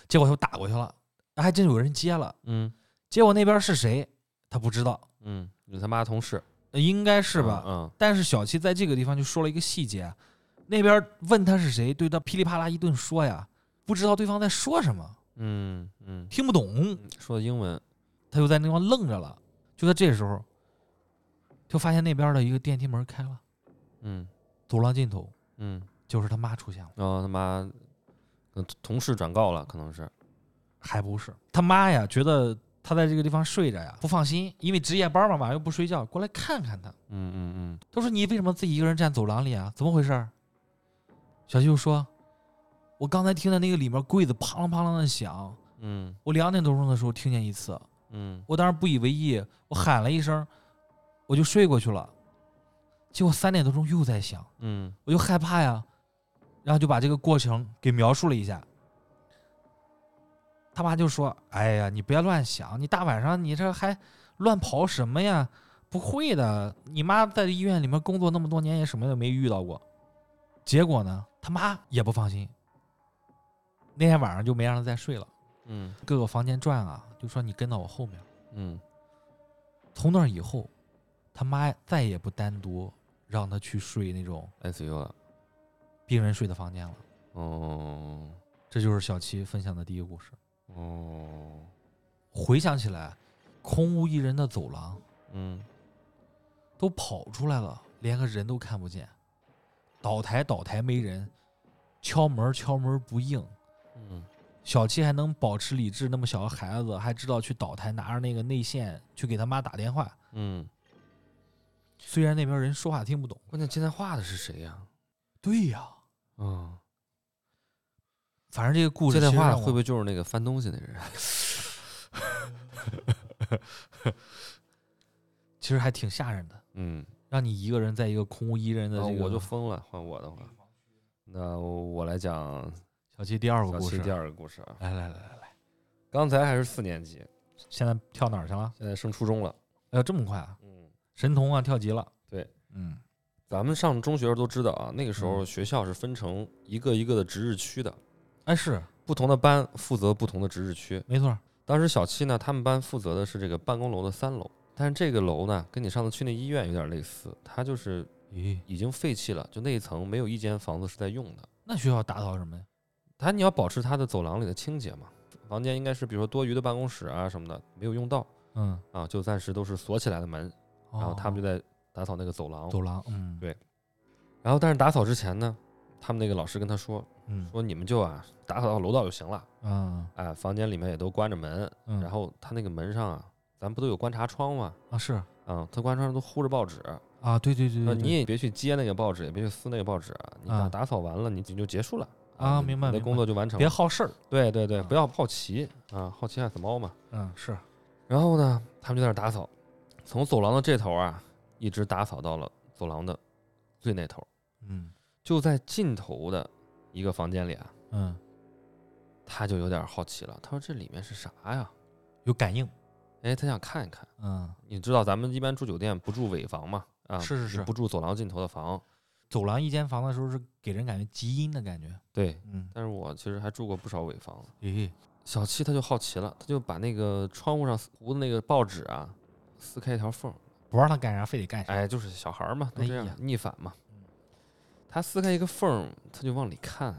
结果就打过去了，还真有人接了。
嗯
结果那边是谁，他不知道，
嗯，你他妈同事
呃应该是吧？
嗯
但是小七在这个地方就说了一个细节，那边问他是谁，对他噼里啪啦一顿说呀，不知道对方在说什么，
嗯嗯，
听不懂，
嗯说的英文。
他就在那地方愣着了。就在这时候，就发现那边的一个电梯门开了，
嗯
走廊尽头
嗯，
就是他妈出现了，
然后他妈跟同事转告了，可能是。
还不是他妈呀，觉得他在这个地方睡着呀，不放心，因为值夜班嘛，晚上又不睡觉，过来看看他。
嗯嗯
他说：“你为什么自己一个人站走廊里啊？怎么回事儿？”小七就说：“我刚才听到那个里面柜子砰啷砰啷的响，
嗯嗯
我两点多钟的时候听见一次，
嗯
我当时不以为意，我喊了一声，我就睡过去了。结果三点多钟又在响，
嗯
我就害怕呀，然后就把这个过程给描述了一下。他妈就说：‘哎呀，你别乱想，你大晚上你这还乱跑什么呀？不会的，你妈在医院里面工作那么多年，也什么也没遇到过。结果呢，他妈也不放心，那天晚上就没让他再睡了，
嗯
各个房间转啊，就说你跟到我后面。
嗯
从那以后，他妈再也不单独让他去睡那种
，ICU 了，
病人睡的房间了。
哦
这就是小七分享的第一个故事。
哦，
回想起来，空无一人的走廊
嗯
都跑出来了，连个人都看不见。倒台倒台没人，敲门敲门不应。
嗯
小七还能保持理智，那么小个孩子还知道去倒台拿着那个内线去给他妈打电话。
嗯，
虽然那边人说话听不懂。
关键接电话的是谁呀？
对呀、
嗯，
反正这个故事
接电
其实
话的
让我
会不会就是那个翻东西那人？
其实还挺吓人的，
嗯，
让你一个人在一个空无一人的
然后
这
哦
个。
我就疯了，换我的话，那我来讲
小七第二个
小
故
七
事，
第二个故事啊。
来来来来来，
刚才还是四年级，
现在跳哪儿去了？
现在升初中了。
哎呦，这么快啊！
嗯，
神童啊，跳级了。
对，
嗯，
咱们上中学时候都知道啊，那个时候
嗯
学校是分成一个一个的值日区的，
哎，是
不同的班负责不同的值日区。
没错儿，
当时小七呢，他们班负责的是这个办公楼的三楼，但是这个楼呢，跟你上次去那医院有点类似，它就是
咦，
已经废弃了，就那一层没有一间房子是在用的。
那学校打扫什么呀？
它你要保持它的走廊里的清洁嘛，房间应该是比如说多余的办公室啊什么的没有用到
嗯，
啊，就暂时都是锁起来的门，然后他们就在打扫那个走廊
就。哦走廊，嗯，
对然后但是打扫之前呢，他们那个老师跟他说
嗯
说你们就啊打扫到楼道就行了，
嗯
哎，房间里面也都关着门，
嗯，
然后他那个门上啊，咱不都有观察窗吗？
啊是
嗯，他观察窗都糊着报纸，
啊，对对对
那
对，
呃你
对
也别去接那个报纸，也别去撕那个报纸啊。你打
啊
打扫完了，你你就结束了
啊
你
明白
你的
明白
工作就完成
别
了。
好事儿，
对对对，
啊
不要好奇啊，好奇害死猫嘛。
嗯是，
然后呢，他们就在那儿打扫，从走廊的这头啊，一直打扫到了走廊的最那头，
嗯
就在尽头的一个房间里啊，
嗯，
他就有点好奇了，他说这里面是啥呀？
有感应，
哎，他想看一看。
嗯，
你知道咱们一般住酒店不住尾房嘛？啊，
是是
你
是
不住走廊尽头的房。
走廊一间房的时候是给人感觉极阴的感觉，
对，
嗯，
但是我其实还住过不少尾房。
咦，
小七他就好奇了，他就把那个窗户上糊的那个报纸啊，撕开一条缝儿。
不让他干啥，非得干啥，
哎，就是小孩儿嘛，都这样、
哎呀
逆反嘛
嗯。
他撕开一个缝儿，他就往里看。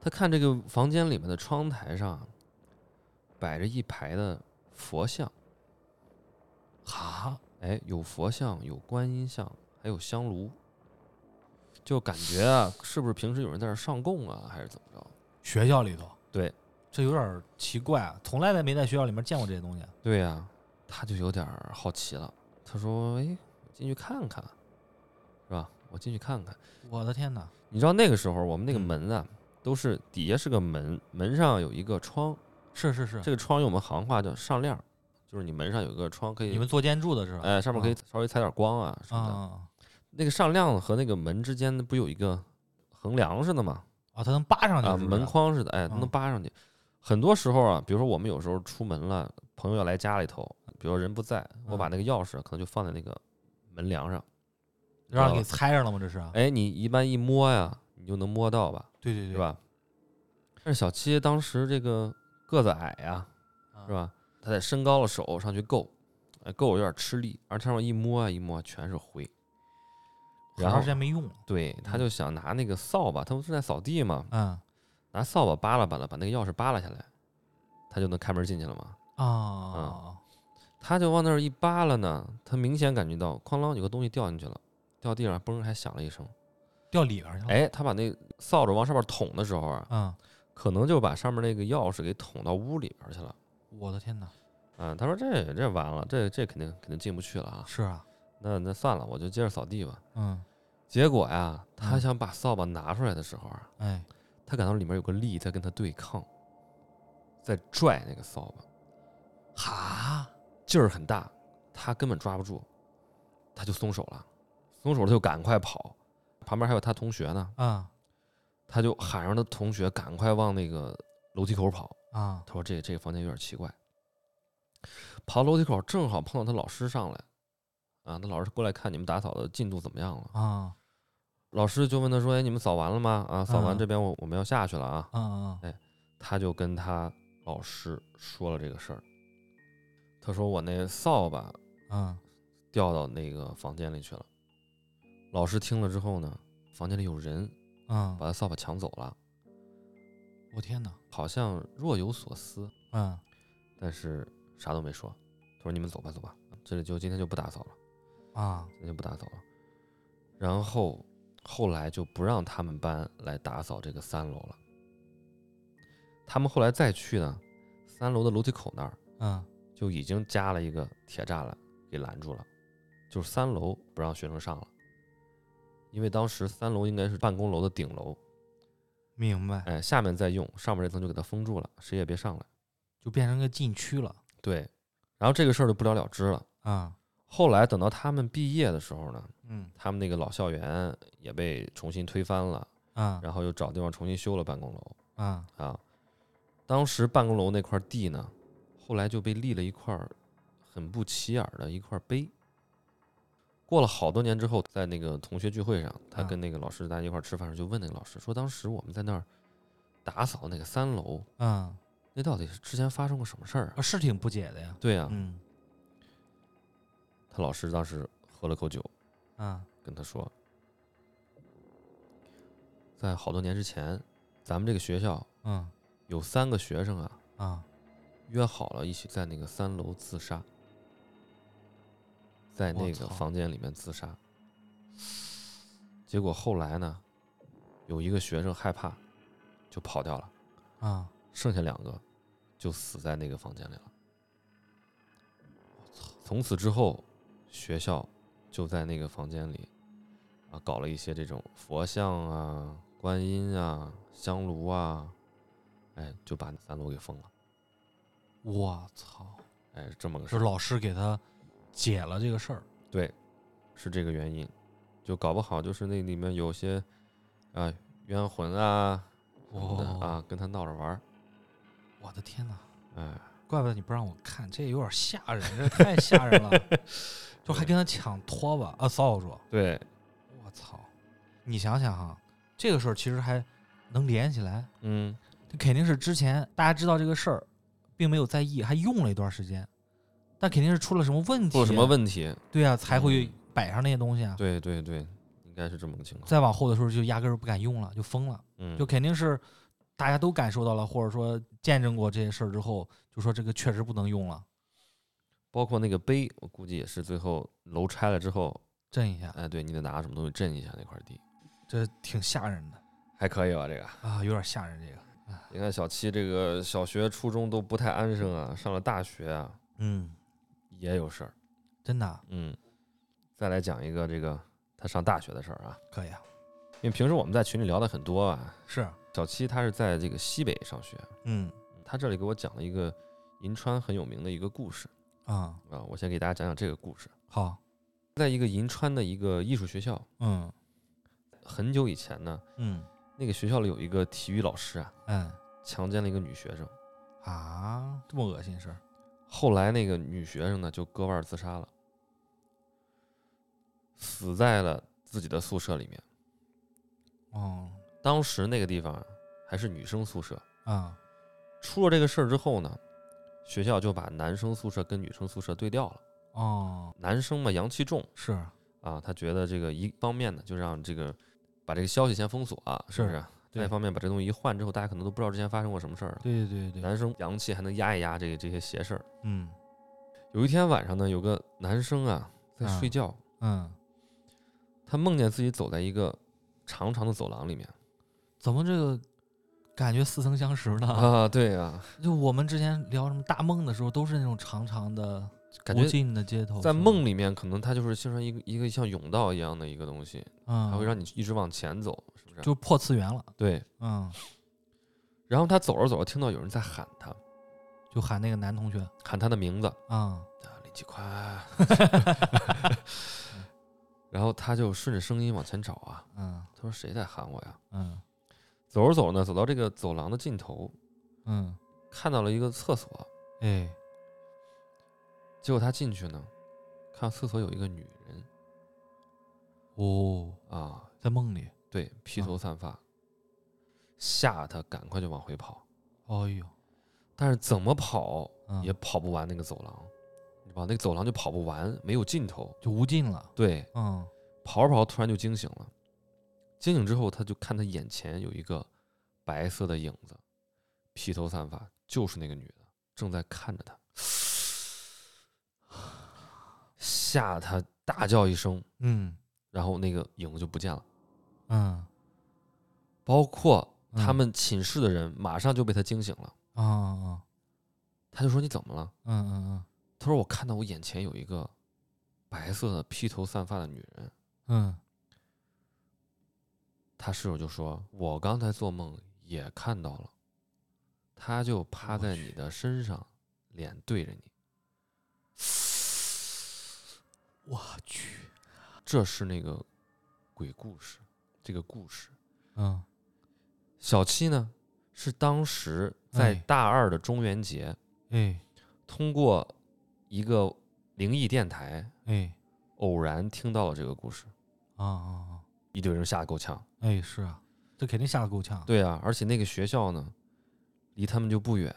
他看这个房间里面的窗台上摆着一排的佛像，
哈，
哎，有佛像，有观音像，还有香炉，就感觉 啊，是不是平时有人在这儿上供啊，还是怎么着？
学校里头，
对，
这有点儿奇怪啊，从来没在学校里面见过这些东西，啊
对呀、他就有点儿好奇了。他说：“哎，我进去看看，是吧？我进去看看。
我的天哪，
你知道那个时候我们那个
嗯
门啊，都是底下是个门，门上有一个窗，
是是是，
这个窗用我们行话叫上链儿，就是你门上有一个窗可以
你，们做建筑的是吧？
哎，上面可以稍微采点光啊什
啊
么
啊
的。
啊
那个上量和那个门之间不有一个横梁似的吗？
啊，他能扒上去
啊，
是不是
门框似的，哎，能
嗯
扒上去。很多时候啊，比如说我们有时候出门了，朋友要来家里头，比如人不在，我把
嗯
那个钥匙可能就放在那个门梁上。
让人给猜上了吗？这是？
哎，你一般一摸呀，你就能摸到吧，
对对对，
是？吧？但是小七当时这个个子矮呀，是？吧？他得伸高了手上去够，哎，够有点吃力，而上面一摸啊一摸全是灰。
好
然后
长时，间没用了。
对，他就想拿那个扫把，他不是在扫地吗？
嗯
拿扫把扒拉扒拉，把那个钥匙扒拉下来，他就能开门进去了嘛。
啊啊
他就往那儿一扒拉呢，他明显感觉到哐啷有个东西掉进去了，掉地上嘣还响了一声。
掉里边儿去了。，
哎，他把那扫帚往上面捅的时候啊，
嗯，
可能就把上面那个钥匙给捅到屋里边去了。
我的天哪！
啊，他说这这完了，这这肯定肯定进不去了啊。
是啊，
那那算了，我就接着扫地吧。
嗯，
结果呀，他
嗯
想把扫把拿出来的时候啊，
哎，
他感到里面有个力在跟他对抗，在拽那个扫把。
哈，
劲儿很大，他根本抓不住，他就松手了，松手了他就赶快跑，旁边还有他同学呢，
啊
他就喊上他同学赶快往那个楼梯口跑。
啊，
他说这这个房间有点奇怪，跑楼梯口正好碰到他老师上来，啊，他老师过来看你们打扫的进度怎么样了。
啊，
老师就问他说：“哎，你们扫完了吗？啊，扫完
嗯
这边我我们要下去了啊。
嗯嗯
他就跟他老师说了这个事儿。他说：“我那扫把
嗯
掉到那个房间里去了。”老师听了之后呢，房间里有人
嗯
把
嗯，
他扫把抢走了，
我天哪，
好像若有所思，
嗯
但是啥都没说。他说：“你们走吧，走吧，这里就今天就不打扫了。”
啊
那就不打扫了。然后后来就不让他们班来打扫这个三楼了。他们后来再去呢，三楼的楼梯口那儿
嗯
就已经加了一个铁栅栏给拦住了，就是三楼不让学生上了，因为当时三楼应该是办公楼的顶楼，
明白，
哎，下面再用，上面这层就给它封住了，谁也别上来。
就变成个禁区了
对，然后这个事儿就不了了之了。
啊
后来等到他们毕业的时候呢，
嗯
他们那个老校园也被重新推翻了，
啊
然后又找地方重新修了办公楼
啊
啊。当时办公楼那块地呢，后来就被立了一块儿很不起眼儿的一块碑。过了好多年之后，在那个同学聚会上，他
啊
跟那个老师大家一块儿吃饭的时候，就问那个老师说：“当时我们在那儿打扫那个三楼，
嗯，
那到底是之前发生过什么事儿啊
啊是挺不解的呀？”，
对呀、啊
嗯
他老师当时喝了口酒，
啊
跟他说，在好多年之前，咱们这个学校
嗯
有三个学生啊，
啊
约好了一起在那个三楼自杀，在
我
那
操
个房间里面自杀。结果后来呢，有一个学生害怕，就跑掉了，
啊，
剩下两个就死在那个房间里了。从此之后，学校就在那个房间里啊搞了一些这种佛像啊、观音啊、香炉啊，哎，就把三楼给封了。
我操，
哎，这么个事
是
儿。
老师给他解了这个事儿
对，是这个原因，就搞不好就是那里面有些啊、冤魂啊什么的
哦，
啊，跟他闹着玩儿，
我的天哪！
哎，
怪不得你不让我看，这有点吓人，这太吓 人了，就还跟他抢拖把啊扫帚，
对，
我操！你想想哈，这个事儿其实还能连起来，
嗯，
这肯定是之前大家知道这个事儿，并没有在意，还用了一段时间，但肯定是出了什么问题，
出了什么问题？
对啊，才会
嗯
摆上那些东西啊。
对对对，应该是这么个情况。
再往后的时候就压根儿不敢用了，就疯了，
嗯，
就肯定是大家都感受到了，或者说见证过这些事儿之后，就说这个确实不能用了，
包括那个碑，我估计也是最后楼拆了之后，
震一下，
哎，对你得拿什么东西震一下那块地，
这挺吓人的
还可以吧？这个，
啊，有点吓人这个。
你看小七这个小学、初中都不太安生啊，上了大学啊
嗯，
也有事儿。
真的啊
嗯，再来讲一个这个他上大学的事儿啊。
可以啊，
因为平时我们在群里聊的很多啊。
是，
小七他是在这个西北上学，
嗯
他这里给我讲了一个银川很有名的一个故事
啊，
啊，我先给大家讲讲这个故事。
好，
在一个银川的一个艺术学校，
嗯
很久以前呢，
嗯
那个学校里有一个体育老师啊，
嗯
强奸了一个女学生，
啊，这么恶心事儿，
后来那个女学生呢就割腕自杀了，死在了自己的宿舍里面。
哦
当时那个地方啊还是女生宿舍，
啊
出了这个事儿之后呢，学校就把男生宿舍跟女生宿舍对调了。
哦
男生嘛，阳气重
是
啊，他觉得这个一方面呢，就让这个把这个消息先封锁、啊，是不
是
是？
对
另一方面，把这东西一换之后，大家可能都不知道之前发生过什么事儿。
对对对对，
男生阳气还能压一压这个这些邪事儿。
嗯
有一天晚上呢，有个男生啊在
啊
睡觉，
嗯，
他梦见自己走在一个长长的走廊里面
怎么这个感觉似曾相识呢？
啊，对啊，
就我们之前聊什么大梦的时候，都是那种长长的、
感
无
觉
尽的街头，
在
是吗
梦，里面可能他就是形成一个一个像甬道一样的一个东西，
嗯，
它会让你一直往前走，是不是？
就破次元了，
对。
嗯，
然后他走着走着，听到有人在喊他，
就喊那个男同学
喊他的名字，
啊，
啊，林奇宽。然后他就顺着声音往前找啊，
嗯
他说谁在喊我呀？
嗯
走着走着呢，走到这个走廊的尽头，
嗯，
看到了一个厕所，
哎，
结果他进去呢，看到厕所有一个女人
哦，
啊，
在梦里，
对，披
啊
头散发，吓他赶快就往回跑，
哎呦，
但是怎么跑
嗯
也跑不完那个走廊，你知道吧？那个走廊就跑不完，没有尽头。
就无尽了，
对，
嗯，
跑着跑着突然就惊醒了，惊醒之后他就看他眼前有一个白色的影子，披头散发，就是那个女的正在看着他，吓他大叫一声，
嗯
然后那个影子就不见了。
嗯
包括他
嗯
们寝室的人马上就被他惊醒了，
啊啊
他就说你怎么了？
嗯嗯
他说我看到我眼前有一个白色的披头散发的女人。
嗯
他室友就说：“我刚才做梦也看到了，他就趴
我
在
去
你的身上，脸对着你。
嗯，我去，”
这是那个鬼故事，这个故事。
嗯
小七呢，是当时在
哎
大二的中元节，
哎
通过一个灵异电台
哎
偶然听到了这个故事，
啊啊啊，
一堆人吓得够呛。
哎是啊，这肯定吓得够呛，
对啊，而且那个学校呢，离他们就不远，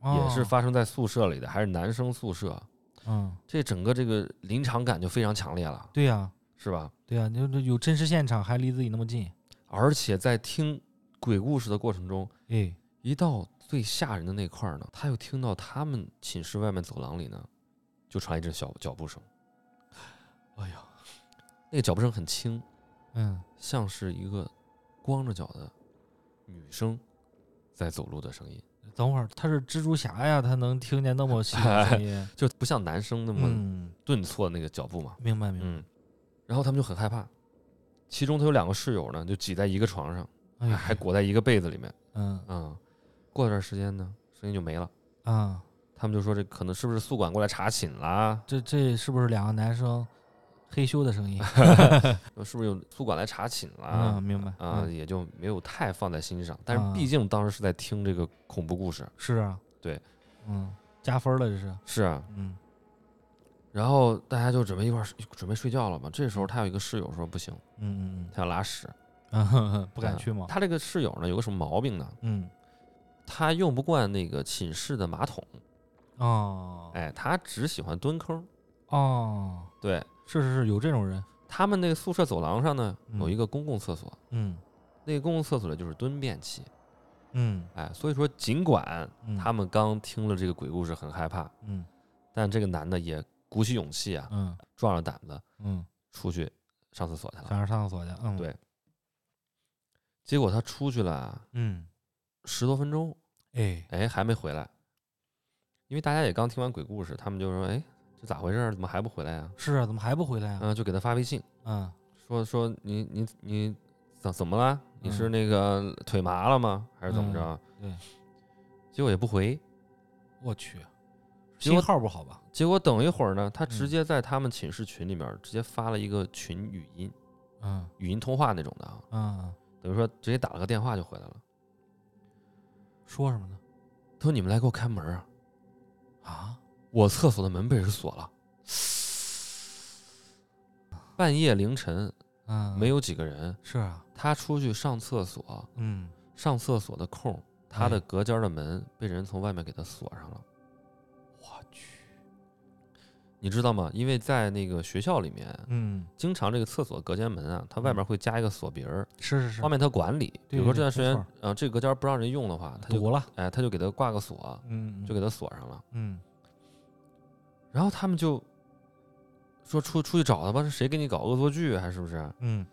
啊，
也是发生在宿舍里的，还是男生宿舍。
嗯，
这整个这个临场感就非常强烈了，
对呀、
是吧？
对呀、你说这有真实现场，还离自己那么近，
而且在听鬼故事的过程中，
哎，
一到最吓人的那块儿呢，他又听到他们寝室外面走廊里呢，就传来一阵小脚步声。
哎呀，
那个脚步声很轻，
嗯
像是一个光着脚的女生在走路的声音，
等会儿他是蜘蛛侠呀，他能听见那么细的
。
声音
就不像男生那么
嗯，
顿挫那个脚步嘛。
明白明白。
嗯，然后他们就很害怕，其中他有两个室友呢，就挤在一个床上，
哎 呀，
嗯还裹在一个被子里面。
嗯
嗯，过段时间呢，声音就没了。
啊，
他们就说这可能是不是宿管过来查寝啦？
这这是不是两个男生嘿咻的声音？
是不是有宿管来查寝啦
啊，？明白
啊，
嗯
也就没有太放在心上。但是
啊
毕竟当时是在听这个恐怖故事，
是啊，
对，
嗯，加分了这是，
是啊。
嗯
然后大家就准备一块儿睡准备睡觉了嘛。这时候他有一个室友说不行，
嗯嗯
他要拉屎，
嗯啊呵呵，不敢去吗？
他这个室友呢有个什么毛病呢？
嗯
他用不惯那个寝室的马桶，
哦
哎，他只喜欢蹲坑。
哦，
对
是是是有这种人，
他们那个宿舍走廊上呢有
嗯
一个公共厕所，
嗯
那个公共厕所就是蹲便器，
嗯
哎，所以说尽管
嗯，
他们刚听了这个鬼故事很害怕，
嗯
但这个男的也鼓起勇气啊，
嗯
壮着胆子
嗯，
出去上厕所去了。
想着上厕所去，嗯
对结果他出去了
嗯
十多分钟，
哎
哎，还没回来，因为大家也刚听完鬼故事，他们就说，哎，这咋回事儿？怎么还不回来啊？
是啊，怎么还不回来啊？
嗯、就给他发微信
嗯
说说你你你怎怎么了？你是
嗯
那个腿麻了吗？还是怎么着啊？
对，
结果也不回，
我去，
结果
信号不好吧？
结果等一会儿呢，他直
嗯
接在他们寝室群里面儿直接发了一个群语音，
嗯
语音通话那种的啊，
嗯，
等于说直接打了个电话就回来了。
说什么呢？
他说：“你们来给我开门啊！
啊，
我厕所的门被人锁了。半夜凌晨
嗯，
没有几个人，
是啊，
他出去上厕所，
嗯，
上厕所的空，他的
哎
隔间的门被人从外面给他锁上了。
我去，
你知道吗？因为在那个学校里面，
嗯，
经常这个厕所隔间门啊，它外面会加一个锁鼻儿，
是是是
方，便他管理。比
对
如说
对
这段时
没
间
错，
呃，这个隔间不让人用的话，他就
堵了，
哎，他就给他挂个锁，
嗯，
就给他锁上了。
嗯
然后他们就说出出去找他吧，是谁给你搞恶作剧啊还是不是？
嗯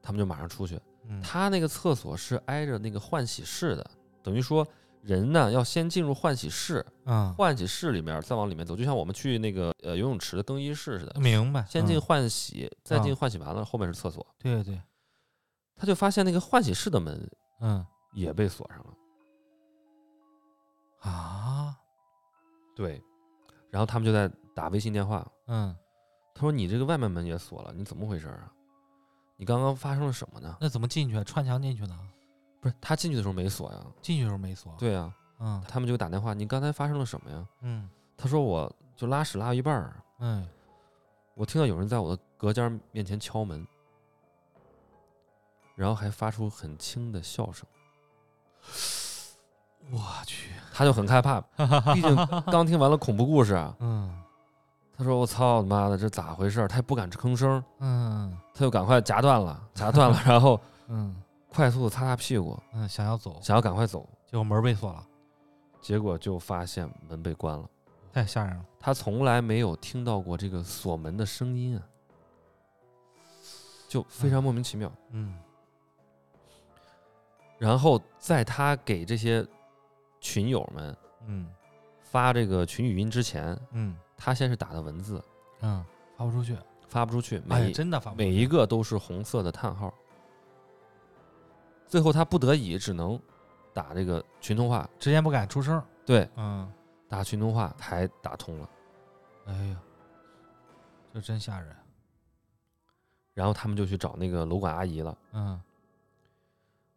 他们就马上出去。
嗯，
他那个厕所是挨着那个换洗室的，等于说人呢要先进入换洗室，
嗯，
换洗室里面再往里面走，就像我们去那个呃游泳池的更衣室似的，
明白，
先进
嗯，
换洗，再进
啊
换洗完了后面是厕所。
对对，
他就发现那个换洗室的门
嗯
也被锁上了。
啊，
对，然后他们就在打微信电话，
嗯，
他说：“你这个外面门也锁了，你怎么回事儿啊？你刚刚发生了什么呢？”
那怎么进去啊？穿墙进去的啊，
不是他进去的时候没锁呀？
进去的时候没锁，，
对呀、
嗯
他们就打电话，你刚才发生了什么呀？
嗯
他说我就拉屎拉一半儿，
嗯，
我听到有人在我的隔间面前敲门，然后还发出很轻的笑声。
我去，
他就很害怕，毕竟刚听完了恐怖故事啊。
嗯
他说：“我操，他妈的，这咋回事？”他也不敢吭声，
嗯
他就赶快夹断了，夹断了，然后
嗯
快速的擦擦屁股，
嗯，想要走，
想要赶快走，
结果门儿被锁了，
结果就发现门被关了。
太吓人了。
他从来没有听到过这个锁门的声音啊，就非常莫名其妙。
嗯
然后在他给这些群友们
嗯
发这个群语音之前，
嗯
他先是打的文字，
嗯，发不出去，
发不出去，
哎呀，
每
真的发不出去。
每一个都是红色的叹号。最后他不得已只能打这个群通话，
之前不敢出声。
对，
嗯，
打群通话才打通了。嗯
哎呀，这真吓人。
然后他们就去找那个楼管阿姨了，
嗯，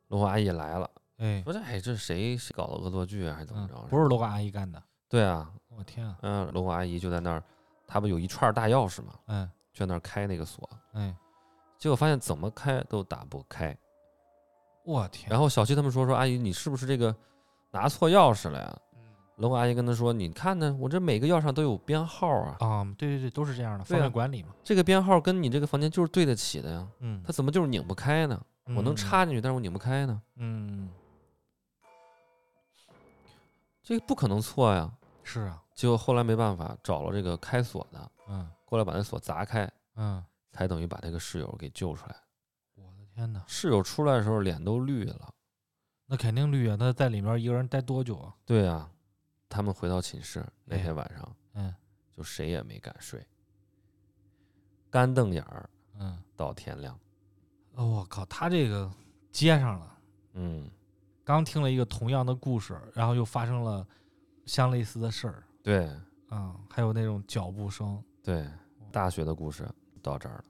楼管阿姨也来了，
哎，
说这哎这谁谁搞的恶作剧啊，还是怎么
嗯
着？，
不是楼管阿姨干的。
对啊，
我天啊，
嗯，楼管阿姨就在那儿，她不有一串大钥匙嘛，
哎
就在那儿开那个锁，
哎，
结果发现怎么开都打不开。
我天，
然后小七他们说说阿姨，你是不是这个拿错钥匙了呀？楼管阿姨跟他说，你看呢，我这每个钥匙上都有编号啊，
啊、对对对，都是这样的，
对
方
啊
便管理嘛。
这个编号跟你这个房间就是对得起的呀，
嗯，
它怎么就是拧不开呢？我能
嗯，
插进去，但是我拧不开呢，
嗯，
这个不可能错呀。
是啊，
结果后来没办法，找了这个开锁的
嗯
过来把那锁砸开，
嗯，
才等于把这个室友给救出来。
我的天哪，
室友出来的时候脸都绿了。
那肯定绿啊，那在里面一个人待多久啊？
对啊，他们回到寝室那
哎
天晚上，
嗯
就谁也没敢睡，干瞪眼儿
嗯，
到天亮。
哦，我靠，他这个接上了，
嗯，
刚听了一个同样的故事，然后又发生了相类似的事儿，
对
嗯，还有那种脚步声，
对，大学的故事到这儿了。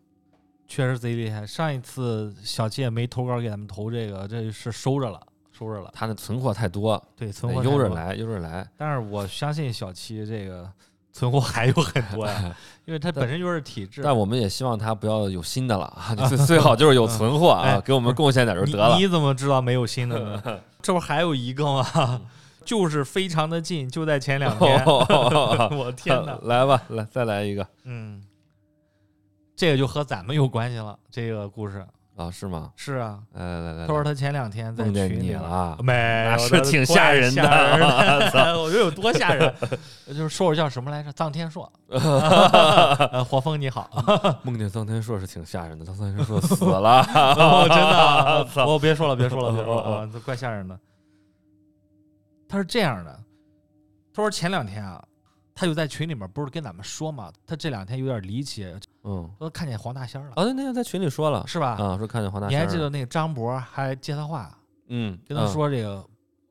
确实贼厉害。上一次小七也没投稿给咱们投这个，这是收着了，收着了。
他那存货太多，
对，存
得
货
悠
太
着
多，
来，悠着来。
但是我相信小七这个存货还有很 多呀，因为他本身就是体质。
但我们也希望他不要有新的了啊， 最最好就是有存货啊，
哎
给我们贡献点就
你
得了。
你怎么知道没有新 的呢？这不还有一个吗？
嗯
就是非常的近，就在前 两天。
哦
我天哪！
来吧，来再来一个
嗯，这个就和咱们有关系了。这个故事
啊？是吗？
是啊，
来来来啊来，
他说他前两天在
嗯梦见
群
你
里了，
了，
没
那
有
是挺吓人的
太吓人 了我觉得有多吓人，就是说我叫什么来着？臧 天朔， 呃火风你好，
梦见臧天朔是挺吓人的，臧天朔死 了，
哦，真 的啊，我别说了，别说了，别
哦
说了，啊这怪吓人的。他是这样的，他说前两天啊，他就在群里面不是跟咱们说嘛，他这两天有点离奇，
嗯，
说看见黄大仙儿了，
啊，那那天在群里说了
是吧？
啊，说看见黄大
你
仙儿
还
了，
记得那个张博还接他话，
嗯，
跟他
嗯
说这个、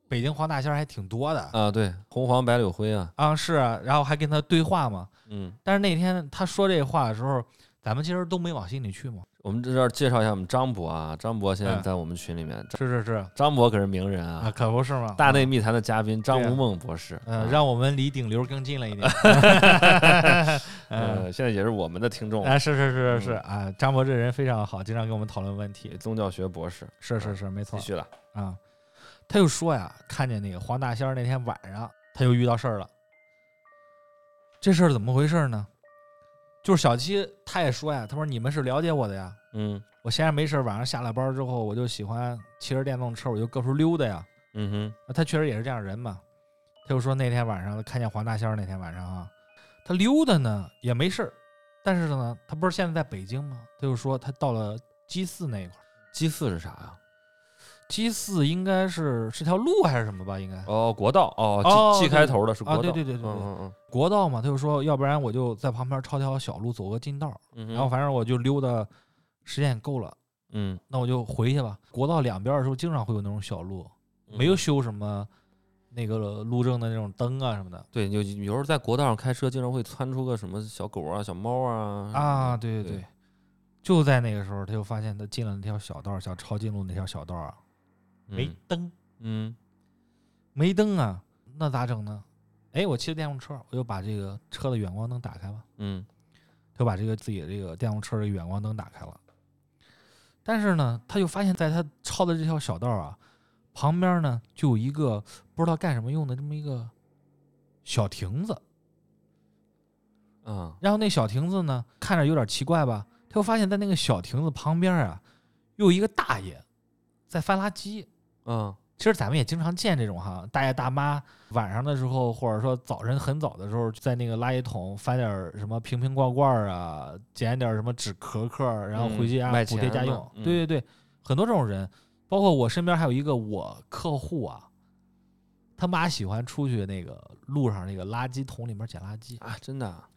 北京黄大仙儿还挺多的
啊，对，红黄白柳灰啊，
啊，是啊，然后还跟他对话嘛。
嗯，
但是那天他说这话的时候，咱们其实都没往心里去嘛。
我们在这儿介绍一下我们张博啊，张博现在
嗯
在我们群里面，张
是是是
张博可是名人
啊，
啊，
可不是嘛，
大内密谈的嘉宾张
对啊
无梦博士，
嗯，
啊
让我们离顶流更近了一点。嗯，
呃，现在也是我们的听众，
啊，是是是是是啊，张博这人非常好，经常跟我们讨论问题。
宗教学博士，
是是是，没
继
错
续了，
啊。他就说呀，看见那个黄大仙儿那天晚上，他又遇到事儿了。这事儿怎么回事呢？就是小七他也说呀，他说你们是了解我的呀，
嗯
我闲着没事儿，晚上下了班之后，我就喜欢骑着电动车，我就各处溜达呀。
嗯哼。
啊他确实也是这样人嘛。他就说那天晚上看见黄大仙儿那天晚上啊，他溜达呢也没事儿，但是呢，他不是现在在北京吗？他就说他到了鸡寺那一块儿，
鸡四是啥啊呀、
鸡寺应该是是条路还是什么吧？应该、
哦，国道哦
哦
，G G
对
开头的是国道，
啊对对对对对
嗯嗯
国道嘛。他就说要不然我就在旁边抄条小路走个近道儿，
嗯，
然后反正我就溜达时间也够了，
嗯，
那我就回去吧。国道两边儿的时候经常会有那种小路，
嗯
没有修什么那个路政的那种灯啊什么的。
对，有有时候在国道上开车，经常会窜出个什么小狗啊、小猫啊
啊，，对对
对
对，就在那个时候，他就发现他进了那条小道儿，想抄近路那条小道儿啊，没
嗯
灯，
嗯
没灯啊，那咋整呢？哎，我骑着电动车，我就把这个车的远光灯打开吧，
嗯
就把这个自己的这个电动车的远光灯打开了。但是呢，他就发现，在他抄的这条小道啊，旁边呢就有一个不知道干什么用的这么一个小亭子。
啊，
然后那小亭子呢，看着有点奇怪吧，他又发现，在那个小亭子旁边啊，又有一个大爷在翻垃圾。
嗯
其实咱们也经常见这种哈，大爷大妈晚上的时候，或者说早晨很早的时候，在那个垃圾桶翻点儿什么瓶瓶罐罐儿啊，捡点儿什么纸壳壳儿，然后回去
嗯
啊、
卖
补贴
钱
家
嘛
用。
嗯
对对对，很多这种人，包括我身边还有一个我客户啊，他妈喜欢出去那个路上那个垃圾桶里面捡垃圾，
啊，真的啊，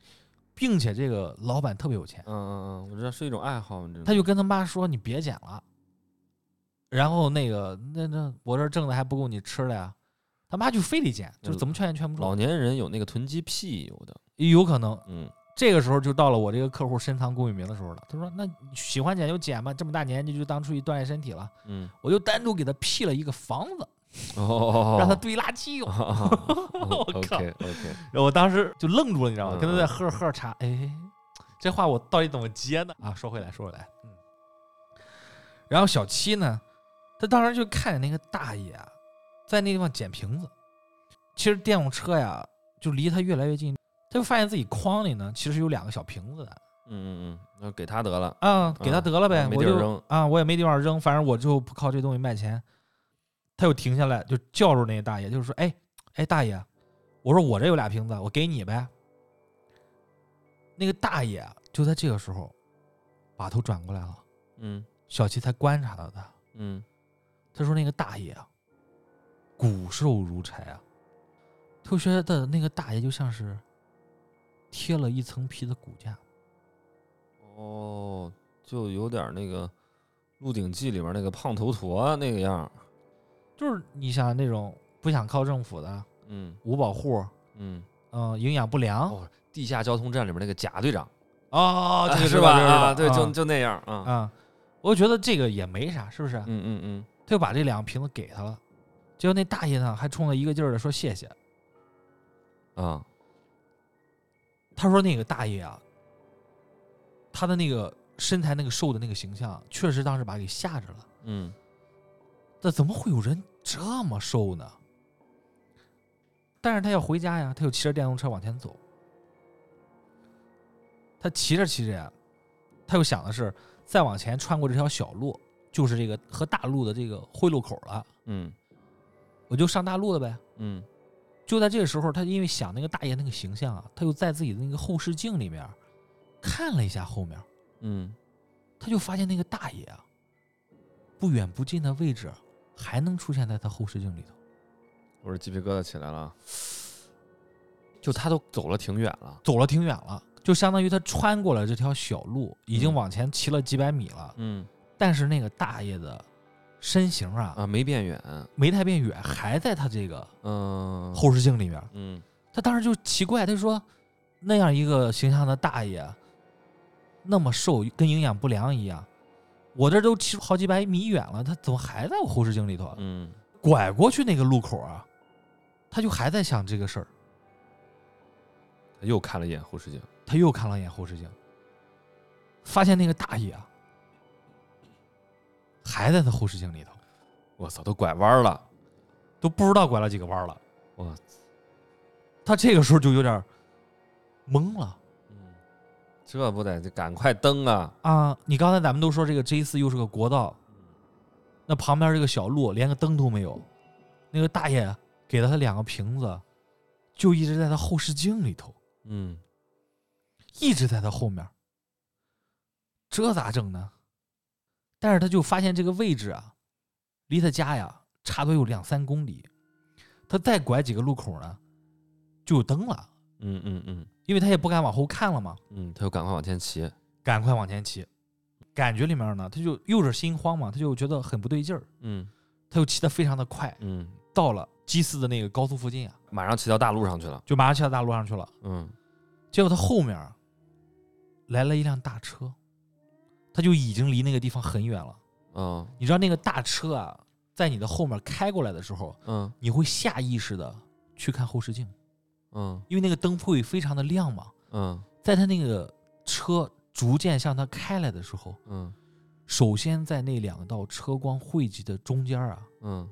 并且这个老板特别有钱，
嗯嗯嗯，我知道是一种爱好，你知道
他就跟他妈说：“你别捡了。”然后那个那那我这儿挣的还不够你吃的呀，他妈就非得捡，就是怎么劝也劝不
嗯老
住。
年人有那个囤积癖，有的，
有可能
嗯
这个时候就到了我这个客户深藏功与名的时候了。他说：“那你喜欢捡就捡吧，这么大年纪就当出去锻炼身体了。
嗯，”
我就单独给他辟了一个房子，
哦，
让 他堆垃圾用。
我
我靠
OK OK，
然后我当时就愣住了，你知道吗？
嗯
跟他在喝着喝着茶，哎，这话我到底怎么接呢？啊，说回来，说回来，嗯。然后小七呢，他当时就看着那个大爷啊，在那地方捡瓶子。其实电动车呀，就离他越来越近，他就发现自己筐里呢，其实有两个小瓶子的。
嗯嗯嗯，那给他得了，
啊，给他得了呗，
嗯没
我
地儿
就
扔
啊，我也没地方扔，反正我就不靠这东西卖钱。他又停下来，就叫住那大爷，就说：“哎哎，大爷，我说我这有俩瓶子，我给你呗。”那个大爷啊就在这个时候把头转过来了，
嗯
小七才观察到他。
嗯，
他说：“那个大爷啊，骨瘦如柴啊。”他就觉得那个大爷就像是贴了一层皮的骨架，
哦，就有点那个《鹿鼎记》里面那个胖头陀啊那个样儿，
就是你想那种不想靠政府的
嗯
五保户，
嗯，
嗯，营养不良
哦地下交通站里面那个贾队长，
哦，这个
是
知道这个知道
啊，对，就
啊
就那样儿啊，
啊，我觉得这个也没啥，是不是？他
嗯嗯嗯，
就把这两个瓶子给他了，结果那大爷呢还冲他一个劲儿的说谢谢。
啊，
他说那个大爷啊，他的那个身材那个瘦的那个形象，啊确实当时把他给吓着了。
嗯
那怎么会有人这么瘦呢？但是他要回家呀，他就骑着电动车往前走。他骑着骑着呀，他又想的是，再往前穿过这条小路，就是这个和大路的这个汇路口了，
嗯
我就上大路了呗。
嗯，
就在这个时候，他因为想那个大爷那个形象啊，他又在自己的那个后视镜里面看了一下后面，
嗯，
他就发现那个大爷啊，不远不近的位置还能出现在他后视镜里头。
我这鸡皮疙瘩起来了啊，就他都走了挺远了，
走了挺远了，就相当于他穿过了这条小路，已经
嗯
往前骑了几百米了。
嗯
但是那个大爷的身形啊，
啊，没变远，
没太变远，还在他这个
嗯
后视镜里面。
嗯
他当时就奇怪，他说：“那样一个形象的大爷，那么瘦，跟营养不良一样，我这都骑好几百米远了，他怎么还在我后视镜里头啊？
嗯
拐过去那个路口啊，他就还在想这个事儿。”
他又看了一眼后视镜，
他又看了一眼后视镜，发现那个大爷啊，还在他后视镜里头，
我操，都拐弯儿了，
都不知道拐了几个弯了。
我，
他这个时候就有点懵了
嗯，这不得赶快蹬啊，
啊！你刚才咱们都说这个 J 四又是个国道，那旁边这个小路连个灯都没有，那个大爷啊给了他两个瓶子，就一直在他后视镜里头，
嗯。
一直在他后面，这咋整呢？但是他就发现这个位置啊，离他家呀差不多有两三公里，他再拐几个路口呢，就有灯了，
嗯嗯嗯
因为他也不敢往后看了嘛，
嗯，他就赶快往前骑。
赶快往前骑。感觉里面呢，他就又是心慌嘛，他就觉得很不对劲儿，
嗯
他就骑得非常的快，
嗯，
到了基斯的那个高速附近啊，
马上骑到大路上去了。
就马上骑到大路上去了。
嗯
结果他后面啊来了一辆大车，他就已经离那个地方很远了。
嗯
你知道那个大车啊，在你的后面开过来的时候，
嗯
你会下意识的去看后视镜，
嗯
因为那个灯会非常的亮嘛。
嗯
在他那个车逐渐向他开来的时候，
嗯，
首先在那两道车光汇集的中间儿啊，
嗯，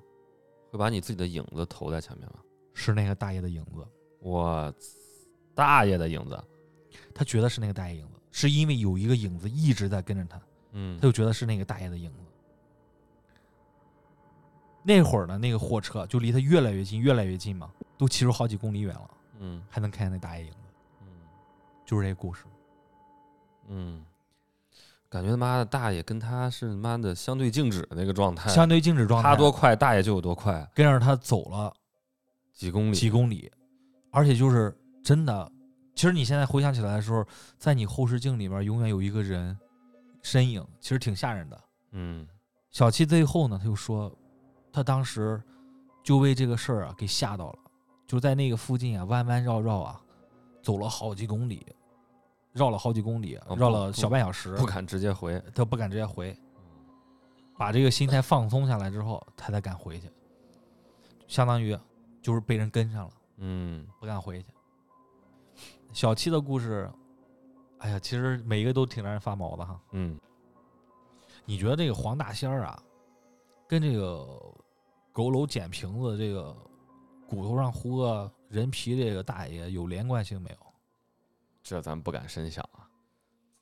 会把你自己的影子投在前面了。
是那个大爷的影子。
我大爷的影子，
他觉得是那个大爷影子，是因为有一个影子一直在跟着他，
嗯
他，就觉得是那个大爷的影子。那会儿呢，那个货车啊就离他越来越近，越来越近嘛，都骑出好几公里远了，
嗯
还能看见那大爷影子，
嗯
就是这个故事。
嗯，感觉他妈的大爷跟他是他妈的相对静止的那个状态，
相对静止状
嗯
态，
他多快，大爷就有多快，
跟着他走了
几公里，
几公里，而且就是真的。其实你现在回想起来的时候，在你后视镜里边永远有一个人身影，其实挺吓人的。
嗯
小七最后呢，他就说，他当时就为这个事儿啊给吓到了，就在那个附近啊弯弯绕绕啊，走了好几公里，绕了好几公里，
嗯不
绕了小半小时，
不敢直接回，
他不敢直接回，把这个心态放松下来之后，他才敢回去，相当于就是被人跟上了。
嗯
不敢回去。小七的故事，哎呀，其实每一个都挺让人发毛的哈。
嗯
你觉得这个黄大仙儿啊，跟这个佝偻捡瓶子这个骨头上糊个人皮这个大爷有连贯性没有？
这咱不敢深想啊，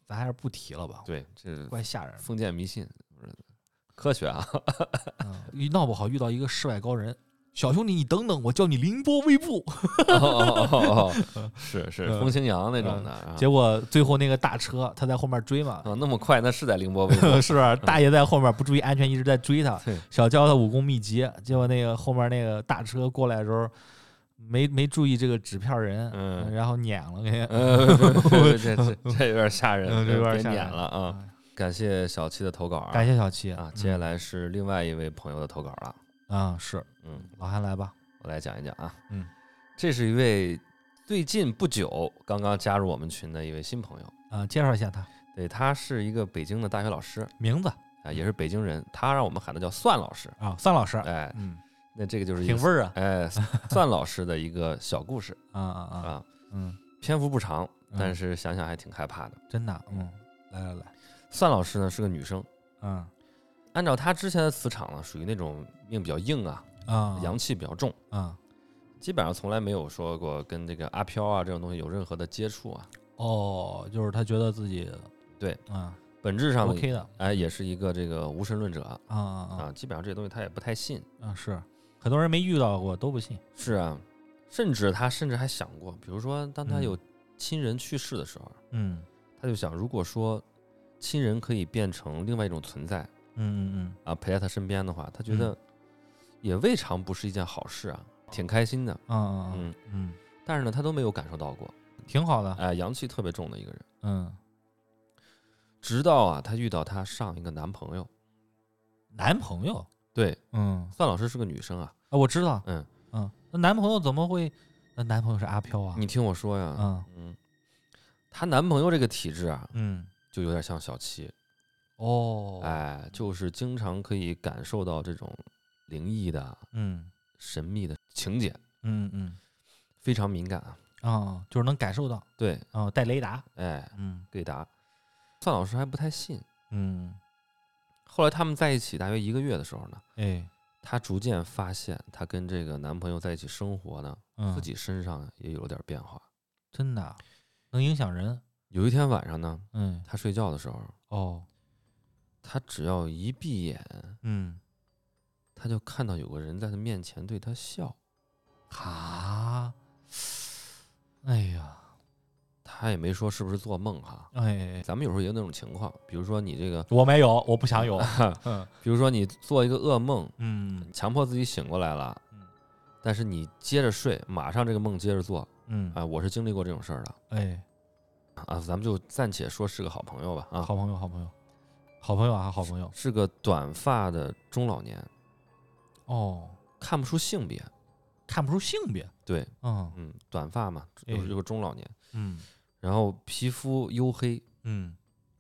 咱还是不提了吧，
对，这
怪吓人的。
封建迷信，不是科学啊，
嗯，一闹不好遇到一个世外高人，小兄弟，你等等，我叫你凌波微步。
哦哦哦 哦，是是
嗯
风清扬那种的啊，
结果最后那个大车，他在后面追嘛，
啊那么快，那是在凌波微步，
是大爷在后面不注意安全，一直在追他
对。
小娇的武功秘籍，结果那个后面那个大车过来的时候，没没注意这个纸片人，
嗯
然后撵了给。
呃，不不不不这 这这有点吓人，
嗯这有点
别
吓人
撵了啊！
哎
感谢小七的投稿啊，
感谢小嗯七
啊！接下
来
来是另外一位朋友的投稿了，
啊，是
嗯，
老韩来吧，
我来讲一讲啊，
嗯，
这是一位最近不久刚刚加入我们群的一位新朋友，
啊，介绍一下他
对他是一个北京的大学老师
名字
啊，也是北京人，他让我们喊他叫蒜老师，
啊，算老师，
哎，
嗯，
那这个就是一
挺
个
味儿啊，
哎蒜老师的一个小故事
啊啊啊，
啊，
嗯，
篇幅不长，
嗯
但是想想还挺害怕的。
真的，嗯，来来来，
蒜老师呢是个女生。
嗯
按照他之前的磁场呢，属于那种命比较硬啊，
啊，
阳气比较重，
啊，
基本上从来没有说过跟这个阿飘啊这种东西有任何的接触啊。
哦，就是他觉得自己
对
啊
本质上呢
，OK 的，
哎，也是一个这个无神论者啊
啊啊
啊，基本上这些东西他也不太信。
啊啊，是很多人没遇到过都不信，
是啊，甚至他甚至还想过，比如说当他
嗯
有亲人去世的时候，
嗯。
他就想，如果说亲人可以变成另外一种存在
嗯嗯
啊，陪在他身边的话，他觉
嗯
得也未尝不是一件好事啊，挺开心的。
嗯啊
嗯，
嗯，
但是呢，他都没有感受到过。
挺好的。
哎，阳气特别重的一个人。
嗯，
直到啊，她遇到她上一个男朋友，
男朋友，
对，
嗯
范老师是个女生啊，
啊，我知道，
嗯
嗯，那男朋友怎么会？那男朋友是阿飘啊？
你听我说呀，
嗯
嗯，她男朋友这个体质啊，
嗯，
就有点像小七，
哦，，
哎，就是经常可以感受到这种灵异的、
嗯
神秘的情节，
嗯嗯，
非常敏感啊。
啊，就是能感受到，
对，
啊，带雷达，
哎，
嗯
给答，范老师还不太信。
嗯，
后来他们在一起大约一个月的时候呢，
哎，
她逐渐发现，她跟这个男朋友在一起生活呢，
嗯，
自己身上也有点变化。
真的啊能影响人，
有一天晚上呢，
嗯，
她睡觉的时候，
哦，
她只要一闭眼，
嗯，
她就看到有个人在她面前对她笑，
哈，哎呀，
她也没说是不是做梦哈。
哎，
咱们有时候也有那种情况，比如说你这个，
我没有，我不 想有，嗯
比如说你做一个噩梦，
嗯
强迫自己醒过来了
嗯，
但是你接着睡，马上这个梦接着做
嗯，
啊。我是经历过这种事儿的
哎。
啊，咱们就暂且说是个好朋友吧啊，
好朋友，好朋友，好朋友啊，好朋友。
是个短发的中老年，
哦，
看不出性别，
看不出性别。
对，
嗯
嗯，短发嘛，
哎
又是个中老年，
嗯
然后皮肤黝黑，
嗯，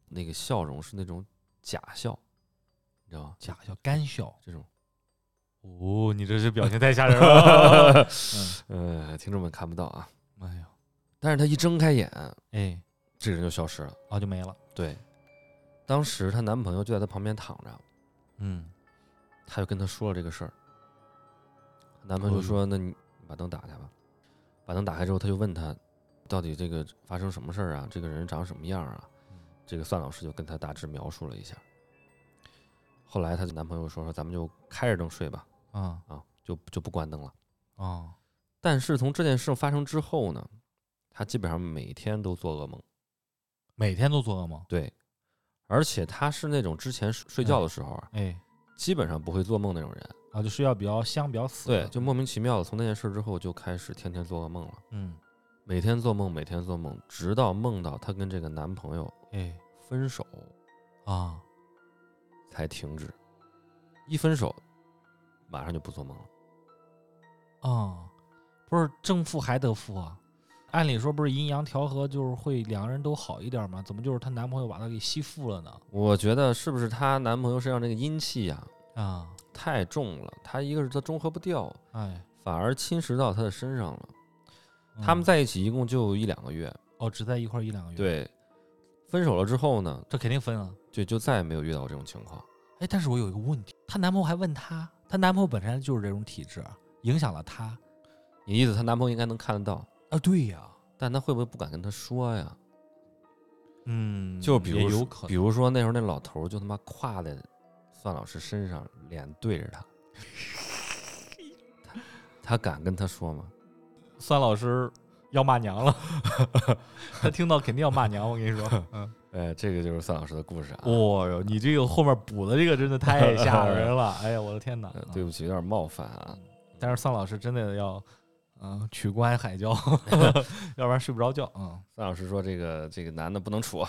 那个笑容是那种假笑，你知道吗？
假笑，干笑。
这种，
哦，你这是表情太吓人了。
呃，听众们看不到啊。
嗯， 哎呦，
但是他一睁开眼，
哎，啊
这个人就消失了。
哦，就没了。
对，当时她男朋友就在她旁边躺着，
嗯，
她就跟她说了这个事儿。她男朋友就说：“那你把灯打开吧。”把灯打开之后，她就问她，到底这个发生什么事儿啊？这个人长什么样啊？这个范老师就跟她大致描述了一下。后来她的男朋友说：“说咱们就开着灯睡吧，
啊
啊，就就不关灯了。”
啊
但是从这件事发生之后呢，她基本上每天都做噩梦。
每天都做噩梦，
对，而且她是那种之前睡睡觉的时候啊，
哎，
基本上不会做梦那种人。
啊，就睡觉比较香，比较死，
对，就莫名其妙的从那件事之后就开始天天做噩梦了，
嗯，
每天做梦，每天做梦，直到梦到她跟这个男朋友
哎
分手
啊，
才停止。一分手，马上就不做梦了。
啊，不是正负还得负啊？按理说不是阴阳调和，就是会两个人都好一点吗？怎么就是她男朋友把她给吸附了呢？
我觉得是不是她男朋友身上那个阴气呀、
啊，
太重了，她一个是她中和不掉，
哎，
反而侵蚀到她的身上了。他们
嗯
在一起一共就一两个月，
哦，只在一块儿一两个月，，
对，分手了之后呢，
这肯定分了。
就就再也没有遇到这种情况。
哎，但是我有一个问题，她男朋友还问她，她男朋友本身就是这种体质，影响了她
你意思她男朋友应该能看得到，
啊？对呀、
但她会不会不敢跟她说呀？
嗯，
就比如
也
说
有可
比
能，
如说那时候那老头儿就他妈跨在范老师身上，脸对着他，他敢跟他说吗？
算老师要骂娘 了，他听到肯定要骂娘，我跟你说，嗯。
哎，这个就是范老师的故事啊。
哦哟，你这个后面补的这个真的太吓 人了！哎呀，我的天哪！
呃对不起，有点冒犯啊。
但是丧老师真的要，嗯、 取关海椒，要不然睡不着觉。嗯，
范老师说这个这个男的不能处，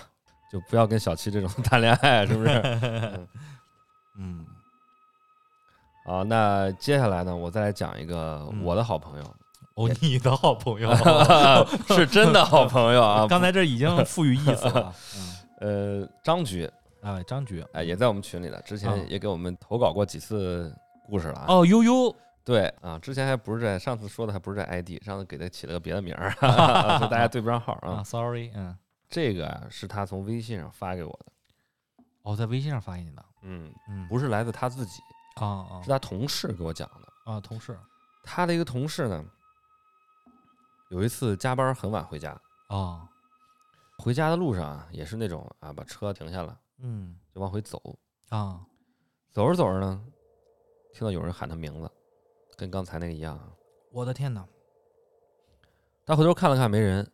就不要跟小七这种 谈恋爱，是不是？
嗯，
啊，那接下来呢，我再来讲一个
嗯
我的好朋友，
哦，你的好朋
啊
友，
是真的好朋友 啊。
刚才这已经赋予意 思了。嗯
呃，张局
嗯，哎，张局，
哎也在我们群里了，之
啊
前也给我们投稿过几次故事了啊。
哦，悠悠，
对啊，之前还不是在上次说的还不是在 ID，上次给他起了个别的名 儿，就大家对不上号
啊
啊。
，sorry，嗯，
这个啊是他从微信上发给我的，
哦，在微信上发给你的，
嗯，
嗯，
不是来自他自己，
啊啊
是他同事给我讲的。
啊，同事，
他的一个同事呢，有一次加班很晚回家，
啊，
回家的路上啊也是那种啊把车停下了
嗯，
就往回走，
啊，
走着走着呢，听到有人喊他名字，跟刚才那个一样啊。
我的天哪，
他回头看了看没人，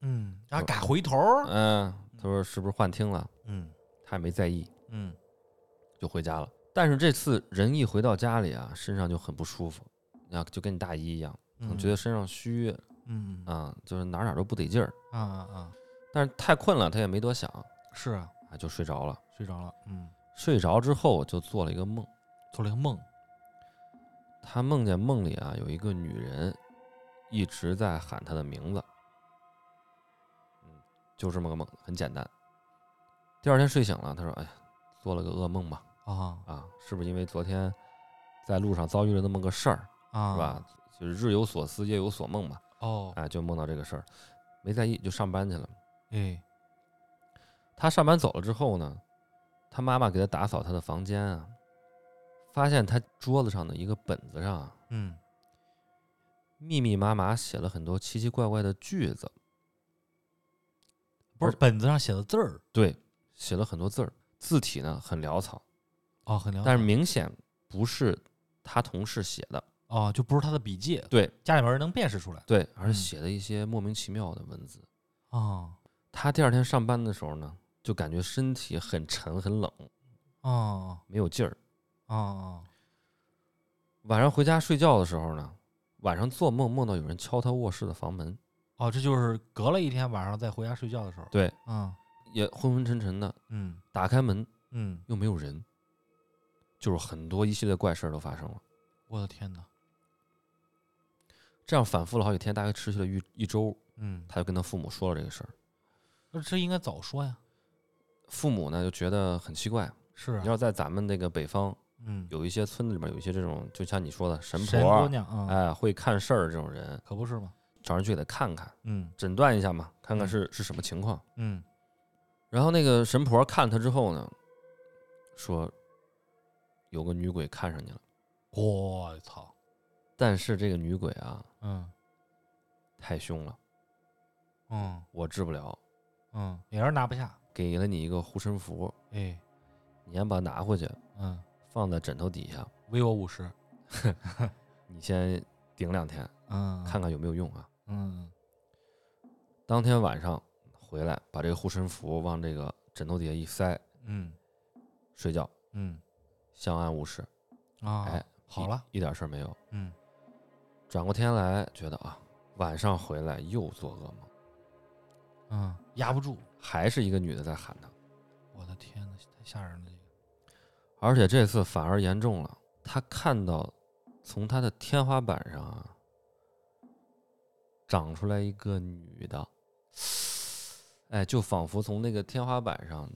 嗯，啊，敢回头，
嗯、他说是不是幻听了？
嗯
他也没在意，
嗯，
就回家了。但是这次人一回到家里啊，身上就很不舒服，啊，就跟你大姨一样，总觉得身上虚
嗯啊
啊，就是哪儿哪儿都不得劲儿。
啊啊，
但是太困了，他也没多想
是啊，
啊，就睡着了。
睡着了，嗯，
睡着之后就做了一个梦，
做了一个梦，
他梦见梦里啊有一个女人一直在喊他的名字，嗯，就这么个梦，很简单。第二天睡醒了，他说：“哎呀，做了个噩梦吧，
啊
啊，是不是因为昨天在路上遭遇了那么个事儿，
啊，
是吧？？就是日有所思，夜有所梦嘛，
哦，
啊，就梦到这个事儿，没在意，就上班去了。
哎，
他上班走了之后呢，他妈妈给他打扫他的房间啊，发现他桌子上的一个本子上啊，
嗯，
密密麻麻写了很多奇奇怪怪的句子，
不
而
是
且
本子上写的字儿
对，写了很多字儿，字体呢很潦草，
哦，很了解，
但是明显不是他同事写的，
哦，就不是他的笔记，
对，
家里面人能辨识出来
对，而是
嗯
写的一些莫名其妙的文字。
啊
他第二天上班的时候呢，就感觉身体很沉很冷，
啊
没有劲儿。
啊啊
晚上回家睡觉的时候呢，晚上做梦梦到有人敲他卧室的房门，
哦，这就是隔了一天晚上再回家睡觉的时候，
对，
啊，
也昏昏沉沉的，
嗯
打开门
嗯，
又没有人，就是很多一系列怪事儿都发生了。
我的天哪，
这样反复了好几天，大概持续了一一周，
嗯，
他就跟他父母说了这个事儿。
那这应该早说呀，
父母呢就觉得很奇怪，
是啊
你，要在咱们那个北方，
嗯，
有一些村子里边有一些这种，就像你说的神
神
婆
姑
啊，
娘啊，
哎，会看事儿这种人，
可不是吗？
找人去给他看看，
嗯
诊断一下嘛，看看
嗯
是是什么情况。
嗯，
然后那个神婆看他之后呢，说有个女鬼看上你了，
我操，
但是这个女鬼啊
嗯
太凶了，
嗯
我治不了，
嗯，也是拿不下，
给了你一个护身符，
哎，
你先把它拿回去，
嗯，
放在枕头底下，
微我五十，
你先顶两天，
嗯，
看，看有没有用啊。
嗯
当天晚上回来，把这个护身符往这个枕头底下一塞，
嗯
睡觉，
嗯
相安无事，
啊，
哎，
好了，
一点事儿没有。
嗯
转过天来，觉得啊，晚上回来又做噩梦，
嗯，压不住，
还是一个女的在喊他，
我的天呐，太吓人了，这个，
而且这次反而严重了，他看到从他的天花板上啊，长出来一个女的，哎，就仿佛从那个天花板上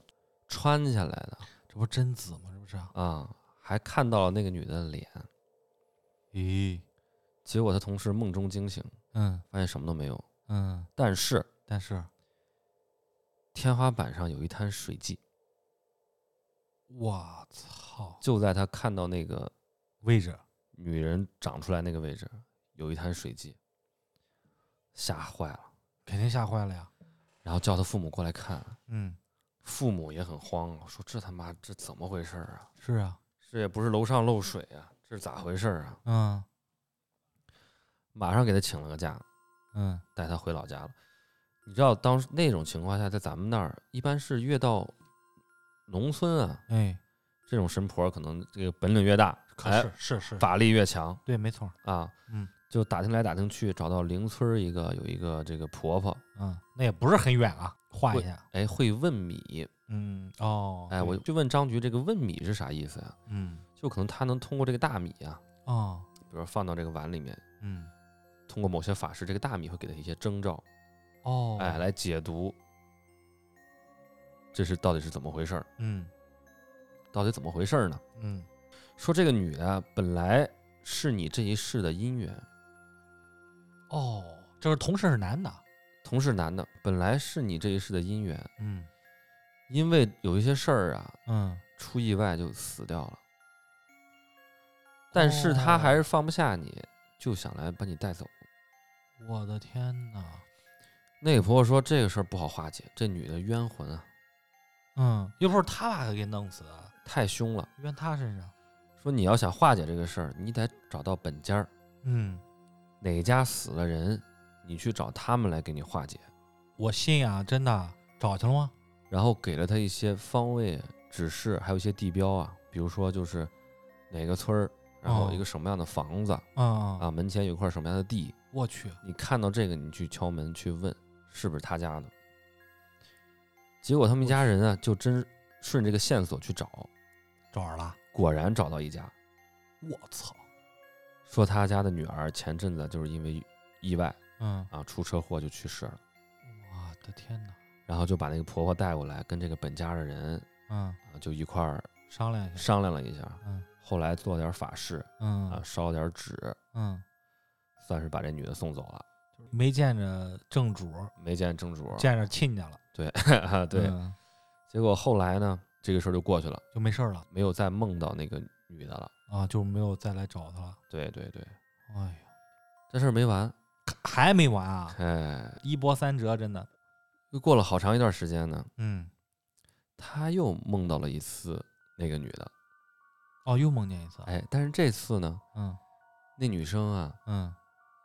穿下来的
这不是贞子吗？这不是啊？
啊，还看到了那个女的脸。
咦，
结果他同事梦中惊醒，
嗯
发现什么都没有，
嗯，
但是
但是
天花板上有一滩水迹。
我操，
就在他看到那个
位置，
女人长出来那个位置，有一滩水迹，吓坏了，
肯定吓坏了呀，
然后叫他父母过来看，啊
嗯，
父母也很慌，啊说这他妈这怎么回事儿啊？
是啊，
这也不是楼上漏水啊，这是咋回事儿啊？
嗯
马上给他请了个假，
嗯，
带他回老家了。你知道当时那种情况下，在咱们那儿一般是越到农村啊，
哎，
这种神婆可能这个本领越大，
可
哎
是是是，
法力越强
对，没错，
啊，
嗯，
就打听来打听去，找到邻村儿一个有一个这个婆婆，
嗯，那也不是很远啊，画一
会
下，
哎，会问米，
嗯哦，
哎，
对
我就问张局这个问米是啥意思呀、啊
嗯
就可能他能通过这个大米啊，
哦
比如放到这个碗里面，
嗯
通过某些法事，这个大米会给他一些征兆，
哦，
哎，来解读这是到底是怎么回事儿，
嗯
到底怎么回事儿呢？
嗯
说这个女的啊本来是你这一世的姻缘，
哦，这是同事是男的，
同是男的，本来是你这一世的姻缘，
嗯
因为有一些事儿啊，
嗯，
出意外就死掉了，但是
哦
他还是放不下你，就想来把你带走。
我的天哪，
那个婆婆说这个事儿不好化解，这女的冤魂啊
嗯，又不是他把他给弄死的，
太凶了。
冤他身上，
说你要想化解这个事儿，你得找到本家儿
嗯，
哪家死了人，你去找他们来给你化解。
我信啊，真的找去了吗？
然后给了她一些方位指示，还有一些地标啊，比如说就是哪个村儿，然后
哦
一个什么样的房子、
嗯，
啊，门前有一块什么样的地，
我去，
你看到这个，你去敲门去问是不是他家的。结果他们一家人啊，就真顺着这个线索去找，
找着了，
果然找到一家，
我操，
说他家的女儿前阵子就是因为意外
嗯，
啊出车祸就去世了，
我的天哪，
然后就把那个婆婆带过来，跟这个本家的人
嗯，
啊就一块儿
商量一下，
商量了一下，
嗯
后来做点法事啊，
嗯
烧点纸，
嗯，
算是把这女的送走了。
没见着正主，
没见正主，
见着亲家了，
对 对，
嗯
结果后来呢，这个事儿就过去了，
就没事儿了
没有再梦到那个女的了。
啊，就没有再来找他了。
对对对，
哎呀，
这事儿没完，
还没完啊！
哎，
一波三折，真的。
又过了好长一段时间呢，
嗯，
他又梦到了一次那个女的，
哦，又梦见一次。
哎，但是这次呢，
嗯
那女生啊
嗯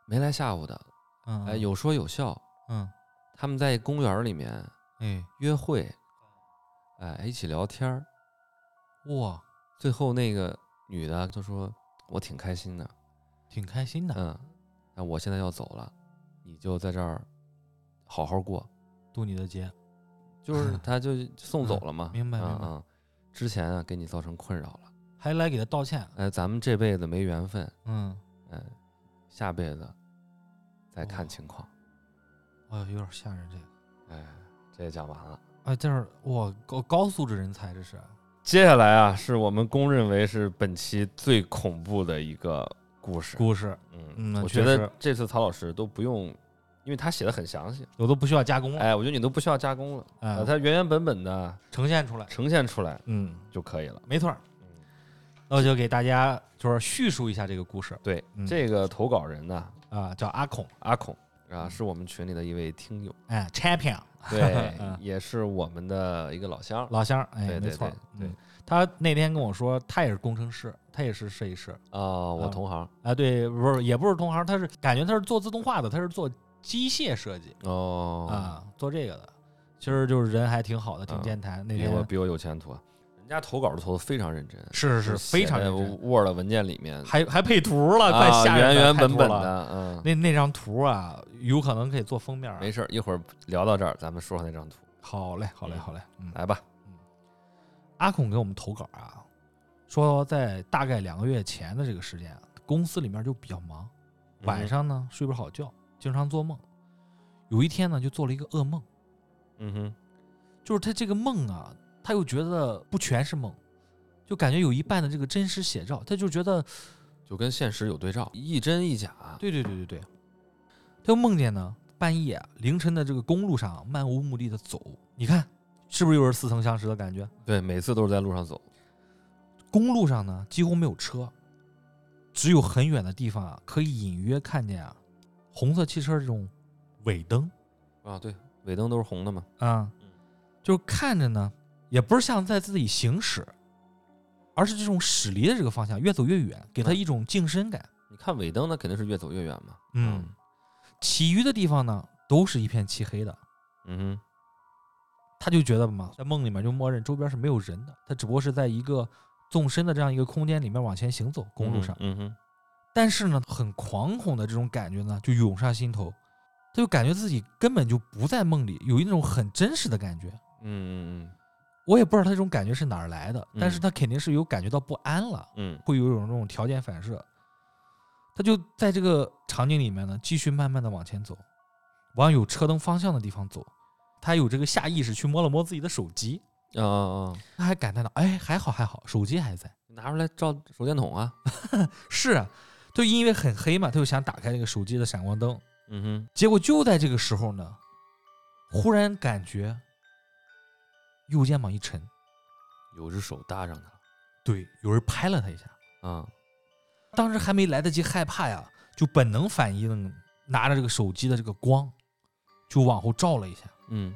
没来吓唬他，
嗯，
哎，有说有笑，
嗯
他们在公园儿里面
哎
约会，
啊
哎，一起聊天儿，
哇，
最后那个女的就说：“我挺开心的，
挺开心的，
嗯，那我现在要走了，你就在这儿好好过。”
度你的劫。
就是他就送走了嘛，
嗯明白
啊
明白
啊，之前啊给你造成困扰了。
还来给他道歉。
哎，咱们这辈子没缘分，
嗯，
嗯，下辈子再看
哦
情况。嗯
哎呦，有点吓人这个。
哎，这也讲完了。
哎，这是哇，高高素质人才，这是。
接下来啊，是我们公认为是本期最恐怖的一个故事。
故事，
嗯
嗯那
我
确
觉得
实
这次曹老师都不用因为他写的很详细。
我都不需要加工了，
哎，我觉得你都不需要加工了，把
啊，
它原原本本的
呈现出来，
呈现出来
嗯，
就可以了。
没错儿。
嗯
那我就给大家就是叙述一下这个故事
对，
嗯
这个投稿人呢，
啊，叫阿孔，
阿孔
嗯
啊，是我们群里的一位听 友，
哎，champion
对
嗯，
也是我们的一个老乡。啊
老乡儿，哎，
对对
没错儿，
对对
嗯他那天跟我说，他也是工程师，他也是设计师，
啊，我
嗯
同行
啊，对，不是，也不是同行，他是感觉他是做自动化的，他是做机械设计
哦，
啊，做这个的，其实就是人还挺好的，挺
嗯
健谈。那
比我
天
比我有前途啊，人家投稿都投的非常认真，
是是是
写
非常
在
认真
Word 文件里面，
还还配图了， 快
啊
吓人
原
了
原
太
本
多
本
了
的，嗯，
那那张图啊，有可能可以做封面儿啊。
没事儿，一会儿聊到这儿，咱们说说那张图，
好嘞，好嘞，
嗯
好嘞。嗯，
来吧。
阿孔给我们投稿啊，说在大概两个月前的这个时间啊，公司里面就比较忙，
嗯
晚，上呢睡不好觉，经常做梦。有一天呢，就做了一个噩梦，
嗯哼，
就是他这个梦啊，他又觉得不全是梦，就感觉有一半的这个真实写照，他就觉得，
就跟现实有对照，一真一假。
对对对对对，他又梦见呢，半夜啊凌晨的这个公路上啊漫无目的的走，你看是不是又是似曾相识的感觉？
对，每次都是在路上走。
公路上呢几乎没有车，只有很远的地方啊可以隐约看见啊红色汽车这种尾灯
啊，对，尾灯都是红的嘛。
啊
嗯，
就是看着呢也不是像在自己行驶，而是这种驶离的这个方向越走越远，给他一种近身感。
你看尾灯，那肯定是越走越远嘛。
嗯，其余的地方呢都是一片漆黑的，
嗯
他就觉得嘛在梦里面就默认周边是没有人的，他只不过是在一个纵深的这样一个空间里面往前行走，
哼，
公路上。
嗯哼，
但是呢，很惶恐的这种感觉呢，就涌上心头，他就感觉自己根本就不在梦里，有一种很真实的感觉。
嗯嗯
我也不知道他这种感觉是哪儿来的，
嗯
但是他肯定是有感觉到不安了，
嗯
会有一种这种条件反射。他就在这个场景里面呢，继续慢慢的往前走，往有车灯方向的地方走。他有这个下意识去摸了摸自己的手机，
嗯，啊啊啊！
他还感叹道：“哎，还好还好，手机还在。”
拿出来照手电筒啊。
是啊，就因为很黑嘛，他就想打开这个手机的闪光灯。
嗯哼，
结果就在这个时候呢，忽然感觉右肩膀一沉，
有只手搭上它
对，有人拍了他一下。
啊。
当时还没来得及害怕呀，就本能反应拿着这个手机的这个光，就往后照了一下，
嗯，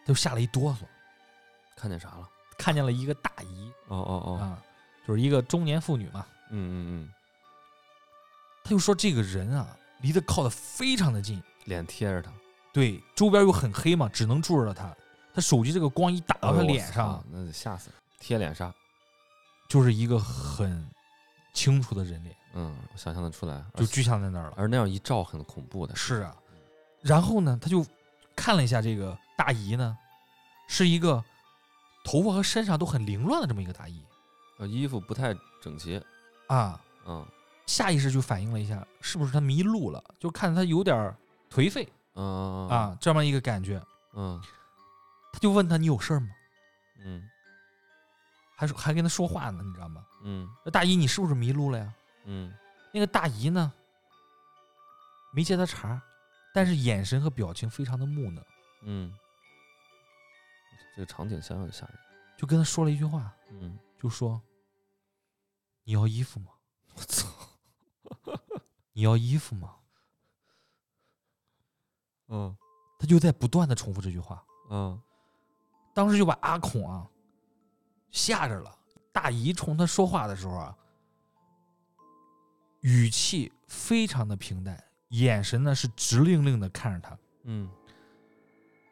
他就吓了一哆嗦，
看见啥了？
看见了一个大姨
哦哦
啊、
哦，
就是一个中年妇女嘛。
嗯嗯
他就说这个人啊，离得靠得非常的近，
嗯，脸贴着它，
对，周边又很黑嘛，只能注视着他。他手机这个光一打到他
哎呦
脸
我操
上，
那得吓死人。贴脸杀，
就是一个很清楚的人脸，
嗯，我想象得出来。而哎
就具象在那儿了。
而那样一照很恐怖的。
是啊，然后呢，他就看了一下这个大姨呢，是一个头发和身上都很凌乱的这么一个大姨
呃，衣服不太整齐。
啊，
嗯
下意识就反应了一下，是不是他迷路了？就看她有点儿颓废
嗯
啊，这么一个感觉，
嗯
他就问她你有事儿吗？
嗯
还说还跟她说话呢，你知道吗？
嗯
那大姨你是不是迷路了呀？
嗯
那个大姨呢，没接她茬儿，但是眼神和表情非常的木讷，
嗯，这个场景想想就吓人。
就跟她说了一句话，
嗯，
就说：“你要衣服吗？
我操，
你要衣服吗
嗯？”
他就在不断的重复这句话，
嗯
当时就把阿孔啊吓着了。大姨冲他说话的时候啊，语气非常的平淡，眼神呢是直愣愣的看着他，
嗯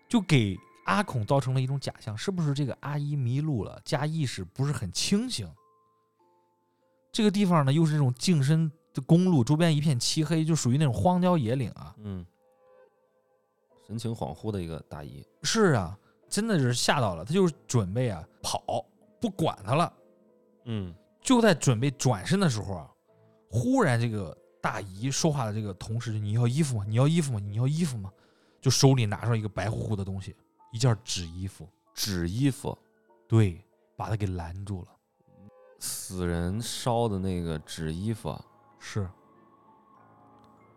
就给阿孔造成了一种假象，是不是这个阿姨迷路了，加意识不是很清醒？这个地方呢，又是那种净身的公路，周边一片漆黑，就属于那种荒郊野岭啊。
嗯，神情恍惚的一个大姨。
是啊，真的是吓到了，他就是准备啊跑，不管他了。
嗯
就在准备转身的时候啊，忽然这个大姨说话的这个同时，你要衣服吗？你要衣服吗？你要衣服吗？就手里拿出来一个白乎乎的东西，一件纸衣服，
纸衣服，
对，把他给拦住了。
死人烧的那个纸衣服啊，
是，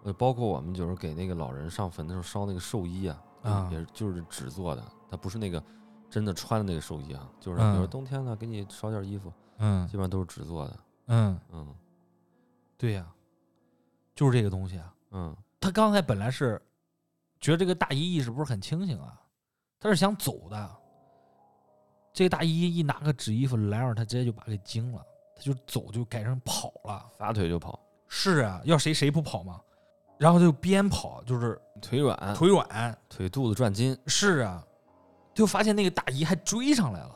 呃，包括我们有时候给那个老人上坟的时候烧那个寿衣啊，
啊
也是就是纸做的，它不是那个真的穿的那个寿衣啊，就是比如说
嗯
冬天呢，给你烧件衣服，
嗯
基本上都是纸做的。
嗯，
嗯
对呀、就是这个东西啊。
嗯，
他刚才本来是觉得这个大姨意识不是很清醒啊，他是想走的。这个大姨一拿个纸衣服来让他直接就把他给惊了，他就走就改成跑了。
撒腿就跑，
是啊，要谁谁不跑嘛。然后他就边跑就是
腿软，
腿软。
腿肚子转筋。
是啊，就发现那个大姨还追上来了。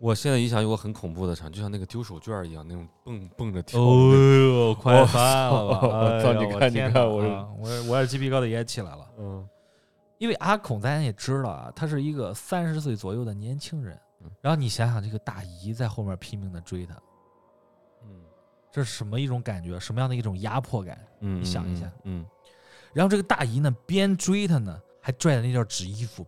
我现在一想有个很恐怖的场景，就像那个丢手绢儿一样，那种蹦蹦着跳的那种。
哎呦，
快
翻了
吧哎呀我天哪啊
我我也鸡皮疙瘩也起来了。
嗯
因为阿孔，咱也知道啊，他是一个三十岁左右的年轻人
嗯。
然后你想想，这个大姨在后面拼命的追他，
嗯
这是什么一种感觉？什么样的一种压迫感？
嗯，
你想一下
嗯，
然后这个大姨呢，边追他呢，还拽着那件纸衣服，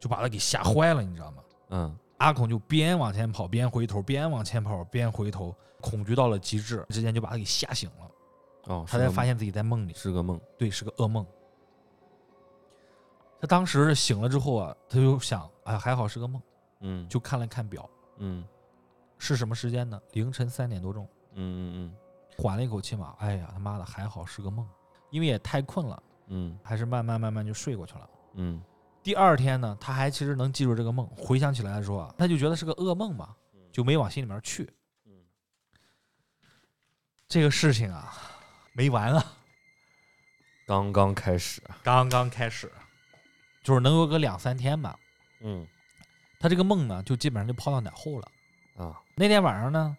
就把他给吓坏了，你知道吗？
嗯
阿孔就边往前跑边回头，边往前跑边回头，恐惧到了极致，之间就把他给吓醒了。
嗯，哦，
他
是
才
个
发现自己在梦里
梦。是个梦。
对，是个噩梦。他当时醒了之后啊，他就想，哎，还好是个梦。
嗯，
就看了看表，
嗯
是什么时间呢？凌晨三点多钟。
嗯嗯
缓了一口气嘛，哎呀，他妈的，还好是个梦，因为也太困了，
嗯
还是慢慢慢慢就睡过去了。
嗯嗯
第二天呢，他还其实能记住这个梦，回想起来的时候啊，他就觉得是个噩梦嘛，就没往心里面去。
嗯
这个事情啊，没完啊，
刚刚开始。
刚刚开始， 就是能有个两三天吧。
嗯
他这个梦呢，就基本上就抛到脑后了。
啊，
那天晚上呢，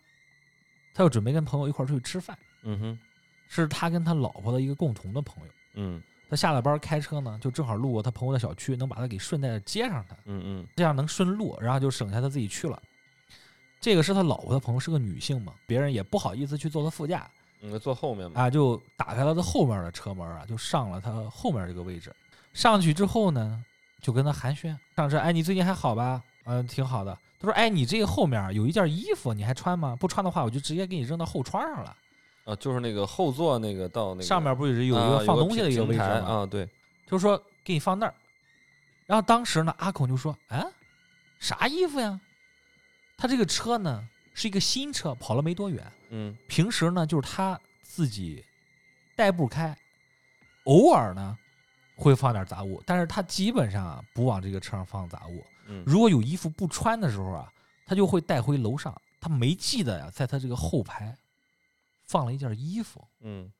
他又准备跟朋友一块儿出去吃饭，
嗯哼，
是他跟他老婆的一个共同的朋友。
嗯
他下了班开车呢，就正好路过他朋友的小区，能把他给顺带着接上他，
嗯嗯
这样能顺路，然后就省下他自己去了。这个是他老婆的朋友，是个女性嘛，别人也不好意思去坐他副驾
嗯，坐后面嘛。
啊，就打开了他后面的车门啊，就上了他后面这个位置。上去之后呢，就跟他寒暄，上车，哎，你最近还好吧？嗯，挺好的。他说，哎，你这个后面有一件衣服，你还穿吗？不穿的话，我就直接给你扔到后窗上了。
啊，就是那个后座那个到那个
上面不是有一
啊
个放东西的一个
平
位置
平
吗？
台啊，对，
就说给你放那儿。然后当时呢，阿孔就说：“啊，啥衣服呀？他这个车呢是一个新车，跑了没多远。
嗯
平时呢就是他自己代步开，偶尔呢会放点杂物，但是他基本上啊不往这个车上放杂物。
嗯
如果有衣服不穿的时候啊，他就会带回楼上。他没记得呀，在他这个后排放了一件衣服。
嗯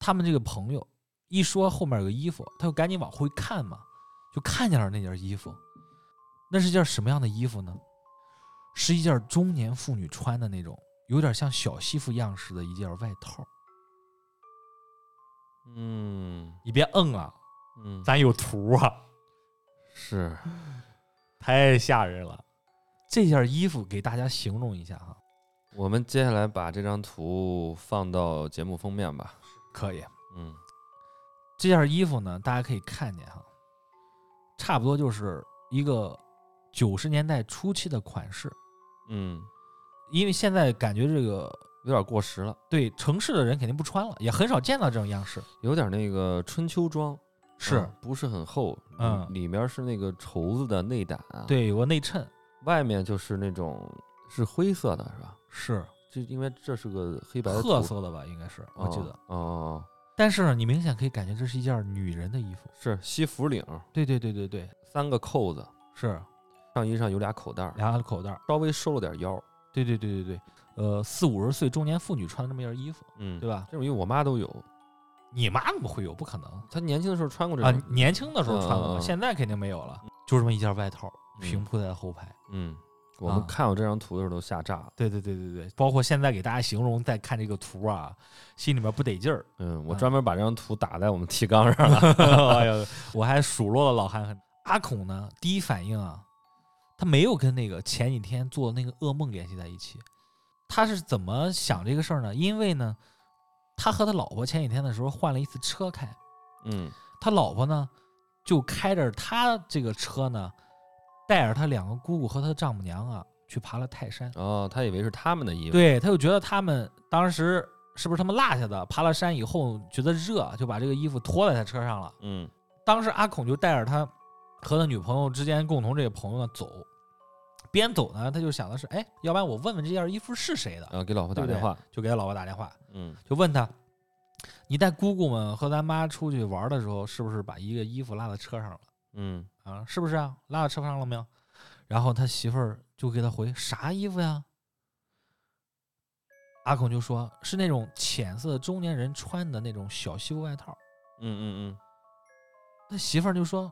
他们这个朋友一说后面有个衣服，他就赶紧往回看嘛，就看见了那件衣服。那是件什么样的衣服呢？是一件中年妇女穿的那种，有点像小西服样式的一件外套。
嗯
你别嗯啊，
嗯，
咱有图啊，
是
太吓人了。这件衣服给大家形容一下哈，
我们接下来把这张图放到节目封面吧。
可以。
嗯
这件衣服呢，大家可以看见哈，差不多就是一个九十年代初期的款式，
嗯，
因为现在感觉这个
有点过时了，
对城市的人肯定不穿了，也很少见到这种样式。
有点那个春秋装，
是
嗯不是很厚？
嗯
里面是那个绸子的内胆，，啊
对，有个内衬，
外面就是那种是灰色的，是吧？
是
这因为这是个黑白的
褐
图，
色的吧？应该是，我记得。
哦哦哦，
但是呢，你明显可以感觉这是一件女人的衣服
哦。是西服领，
对对对对对，
三个扣子，
是
上衣上有俩口袋儿，
两个口袋儿。
稍微收了点腰。
对对对对对，呃，四五十岁中年妇女穿的这么一件衣服，
嗯
对吧？
这种衣服我妈都有，
你妈怎么会有？不可能
她年轻的时候穿过这
啊
种。！
年轻的时候穿
嗯
过
嗯
吧，
嗯
现在肯定没有了。就这么一件外套，平
嗯
铺在后排。
嗯，我们
啊
看到这张图的时候都吓炸了。
对对对对对，包括现在给大家形容，再看这个图啊，心里面不得劲儿。
嗯，我
啊
专门把这张图打在我们提纲上了。
哎呀，我还数落了老韩很。阿孔呢，第一反应啊，他没有跟那个前几天做的那个噩梦联系在一起。他是怎么想这个事儿呢？因为呢，他和他老婆前几天的时候换了一次车开，
嗯
他老婆呢就开着他这个车呢，带着他两个姑姑和他丈母娘啊去爬了泰山。
哦，她以为是他们的衣服。
对，他就觉得他们当时是不是他们落下的？爬了山以后觉得热，就把这个衣服脱在他车上了。
嗯
当时阿孔就带着他和他女朋友之间共同这个朋友呢走，边走呢，他就想的是，哎，要不然我问问这件衣服是谁的，
然后给老婆打
对不
电
对
话，
就给他老婆打电话，
嗯
就问他，你带姑姑们和咱妈出去玩的时候，是不是把一个衣服落在车上了
嗯
啊？是不是啊？落到车上了没有？然后他媳妇儿就给他回啥衣服呀？阿孔就说是那种浅色中年人穿的那种小西服外套。
嗯嗯
他媳妇儿就说：“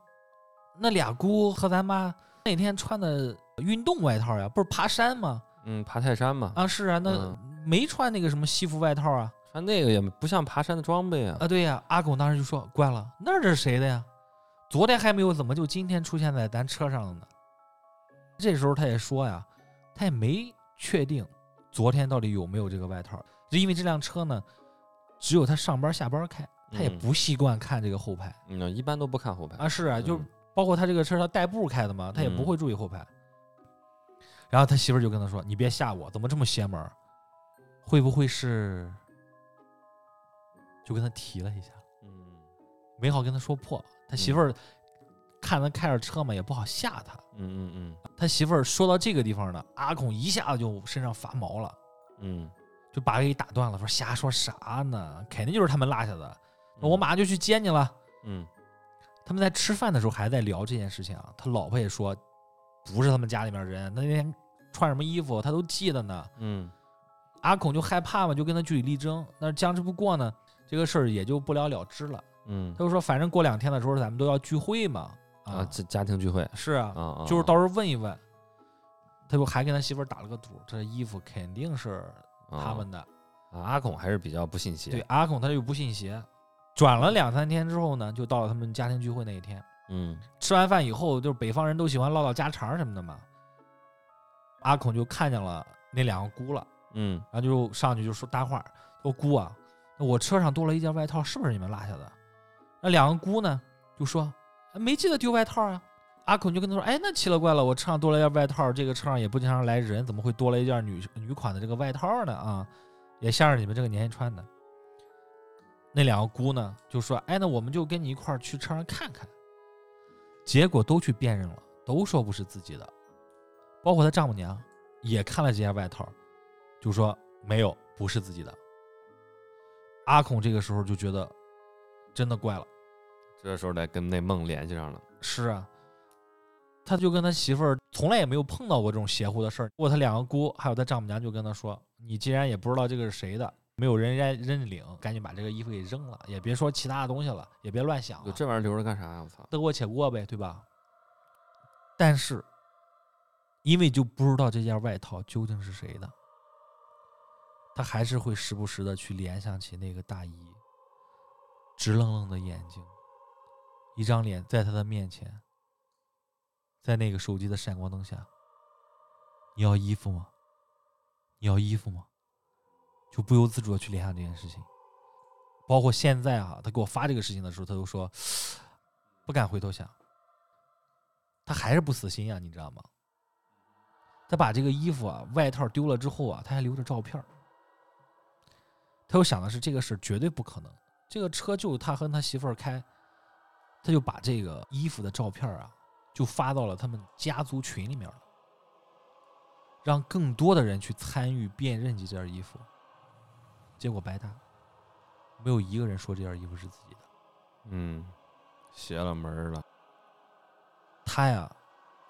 那俩姑和咱妈那天穿的运动外套呀，不是爬山吗？
嗯嗯，爬泰山嘛，
啊，是啊，那没穿那个什么西服外套啊？
穿那个也不像爬山的装备啊。
啊，对呀、阿拱当时就说：怪了，那这是谁的呀？昨天还没有，怎么就今天出现在咱车上了呢？这时候他也说呀，他也没确定昨天到底有没有这个外套，就因为这辆车呢，只有他上班下班开，他也
嗯
不习惯看这个后排。”
嗯，一般都不看后排。
啊，是啊，就
嗯
包括他这个车，他代步开的嘛，他也不
嗯
会注意后排。然后他媳妇儿就跟他说：“你别吓我，怎么这么邪门儿？会不会是？”就跟他提了一下，
嗯
没好跟他说破。他媳妇儿看他开着车嘛，也不好吓他。
嗯嗯
他媳妇儿说到这个地方呢，阿孔一下子就身上发毛了，
嗯
就把他给打断了，说：“瞎说啥呢？肯定就是他们落下的。
嗯，
那我马上就去接你了。”
嗯
他们在吃饭的时候还在聊这件事情啊。他老婆也说，不是他们家里面人，那天穿什么衣服他都记得呢。
嗯
阿孔就害怕嘛，就跟他据理力争。那僵持不过呢，这个事儿也就不了了之了。
嗯
他就说，反正过两天的时候咱们都要聚会嘛，啊，
啊，这家庭聚会
是啊，
啊，啊
就是
啊
到时候问一问。他就还跟他媳妇儿打了个赌，这衣服肯定是
啊
他们的。
啊阿孔还是比较不信邪。
对，，阿孔他就不信邪。转了两三天之后呢，就到了他们家庭聚会那一天。
嗯
吃完饭以后，就是北方人都喜欢唠唠家常什么的嘛。阿孔就看见了那两个姑了，
嗯
然后就上去就说搭话，说姑啊，那我车上多了一件外套，是不是你们落下的？那两个姑呢就说哎没记得丢外套啊。阿孔就跟他说，哎，那奇了怪了，我车上多了一件外套，这个车上也不经常来人，怎么会多了一件女女款的这个外套呢？啊，也像是你们这个年纪穿的。那两个姑呢就说，哎，那我们就跟你一块儿去车上看看。结果都去辨认了，都说不是自己的，包括她丈母娘也看了这件外套，就说没有，不是自己的。阿孔这个时候就觉得真的怪了，
这时候得跟那梦联系上了。
是啊，他就跟他媳乎儿从来也没有碰到过这种邪乎的事儿。不过他两个姑还有他丈母娘就跟他说：“你既然也不知道这个是谁的，没有人认认领，赶紧把这个衣服给扔了，也别说其他的东西了，也别乱想了。”
就这玩意儿留着干啥呀？我操！
得过且过呗，对吧？啊但是，因为就不知道这件外套究竟是谁的，他还是会时不时的去联想起那个大姨，直愣愣的眼睛，一张脸在他的面前，在那个手机的闪光灯下，你要衣服吗？你要衣服吗？就不由自主的去联想这件事情。包括现在啊，他给我发这个事情的时候，他就说不敢回头想，他还是不死心呀、啊你知道吗？他把这个衣服啊、外套丢了之后啊，他还留着照片儿他又想的是这个事儿绝对不可能，这个车就是他和他媳妇儿开，他就把这个衣服的照片儿啊，就发到了他们家族群里面了，让更多的人去参与辨认这件衣服，结果白搭。没有一个人说这件衣服是自己的。
嗯，邪了门儿了。
他呀，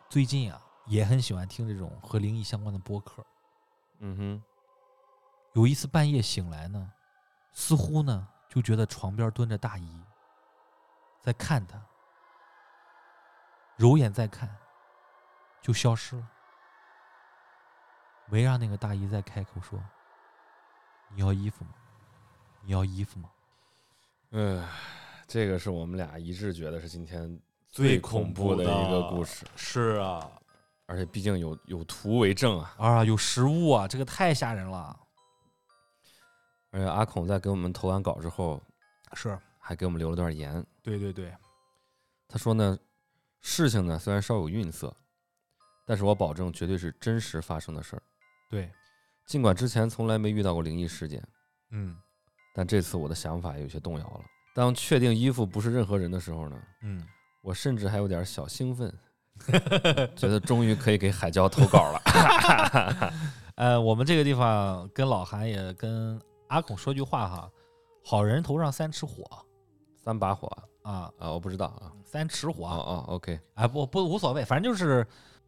最近啊也很喜欢听这种和灵异相关的播客。
嗯哼，
有一次半夜醒来呢，似乎呢就觉得床边蹲着大姨，在看他，揉眼再看，就消失了，没让那个大姨再开口说：“你要衣服吗？你要衣服吗
哎，这个是我们俩一致觉得是今天
最
恐
恐
怖
怖
的
的
一个故事，？”
是啊，
而且毕竟有有图为证啊。
啊，有食物啊，这个太吓人了。
而且阿孔在给我们投完稿之后，
是，
还给我们留了段言。
对对对，
他说呢，事情呢虽然稍有愠色，但是我保证绝对是真实发生的事儿。
对，
尽管之前从来没遇到过灵异事件，
嗯
但这次我的想法有些动摇了。当确定衣服不是任何人的时候呢，
嗯，
我甚至还有点小兴奋， 觉得终于可以给海椒投稿了。
呃，我们这个地方跟老韩也跟阿孔说句话哈，好人头上三尺火
三把火
啊，
啊，我不知道啊。
三尺火
哦哦，OK，
啊，不不无所谓，反正就是，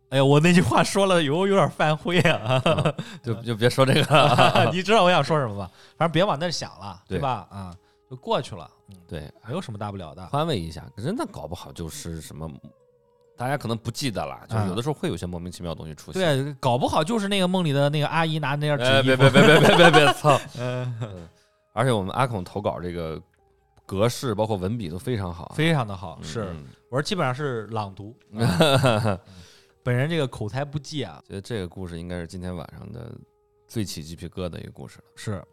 哎呀，我那句话说了有有点犯灰 啊，
就就别说这个了。
你知道我想说什么吧？反正别往那儿想了，对
对
吧？啊，就过去了，嗯，
对，
没有什么大不了的。
宽慰一下，可是那搞不好就是什么，大家可能不记得了，就
啊
是有的时候会有些莫名其妙的东西出现。
对，搞不好就是那个梦里的那个阿姨拿那件纸
哎，
衣服
别别别别别别 别操！
嗯，
而且我们阿孔投稿这个格式，包括文笔都非常好啊，
非常的好，是，
嗯
我说基本上是 朗读，
嗯
本人这个口才不济啊，
觉得这个故事应该是今天晚上的最起鸡皮疙瘩一个故事了。
是，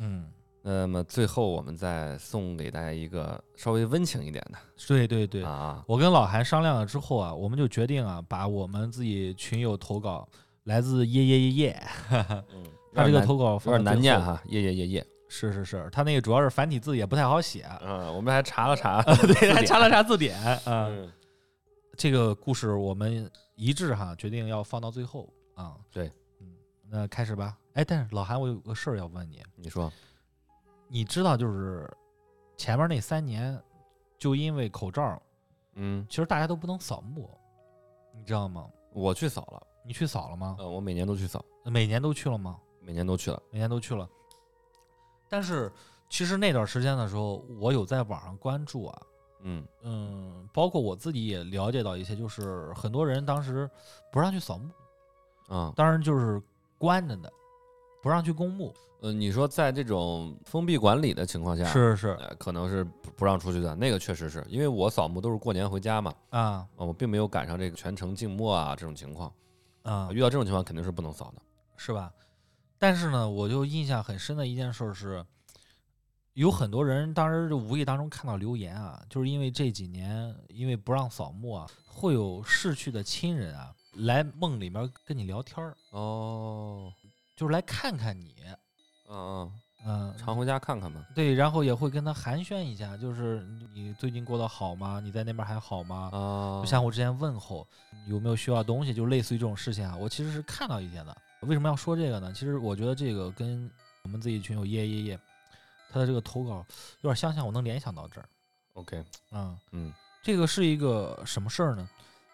嗯，
那么最后我们再送给大家一个稍微温情一点的
对对对，
啊，
我跟老韩商量了之后啊，我们就决定啊，把我们自己群友投稿来自耶耶耶耶，
嗯，
他
有点
这个
难
投稿
有
放
点
到
难
最
念
后，
哈，夜夜夜夜。
是是是，他那个主要是繁体字也不太 好写，
嗯，我们还查了查，
对，还
典
查了查字典 啊。
嗯，
这个故事我们一致哈，决定要放到最后啊。
对，
嗯，那开始吧。哎，但是老韩，我有个事儿要问你，
你说
你知道就是前面那三年，就因为口罩，
嗯，
其实大家都不能扫墓，你知道吗？
我去扫了，
你去扫了吗？
呃，我每年都去扫，
每年都去了吗？
每年都去了，
每年都去了。但是其实那段时间的时候，我有在网上关注啊，
嗯
嗯，包括我自己也了解到一些，就是很多人当时不让去扫墓，
啊，
当然就是关着的，不让去公墓。
呃，你说在这种封闭管理的情况下，
是是
呃，可能是不不让出去的，那个确实是因为我扫墓都是过年回家嘛，
啊
啊，我并没有赶上这个全城静默啊这种情况，
啊
遇，到这种情况肯定是不能扫的，
是吧？但是呢，我就印象很深的一件事儿是，有很多人当时就无意当中看到留言啊，就是因为这几年因为不让扫墓啊，会有逝去的亲人啊来梦里面跟你聊天儿，
哦，
就是来看看你，
嗯嗯，
嗯、
常回家看看吧，
对，然后也会跟他寒暄一下，就是你最近过得好吗？你在那边还好吗？
啊，
就像我之前问候有没有需要东西，就类似于这种事情啊，我其实是看到一些的。为什么要说这个呢？其实我觉得这个跟我们自己群友耶耶耶他的这个投稿有点相像，我能联想到这儿。
OK，
嗯，
嗯
这个是一个什么事儿呢？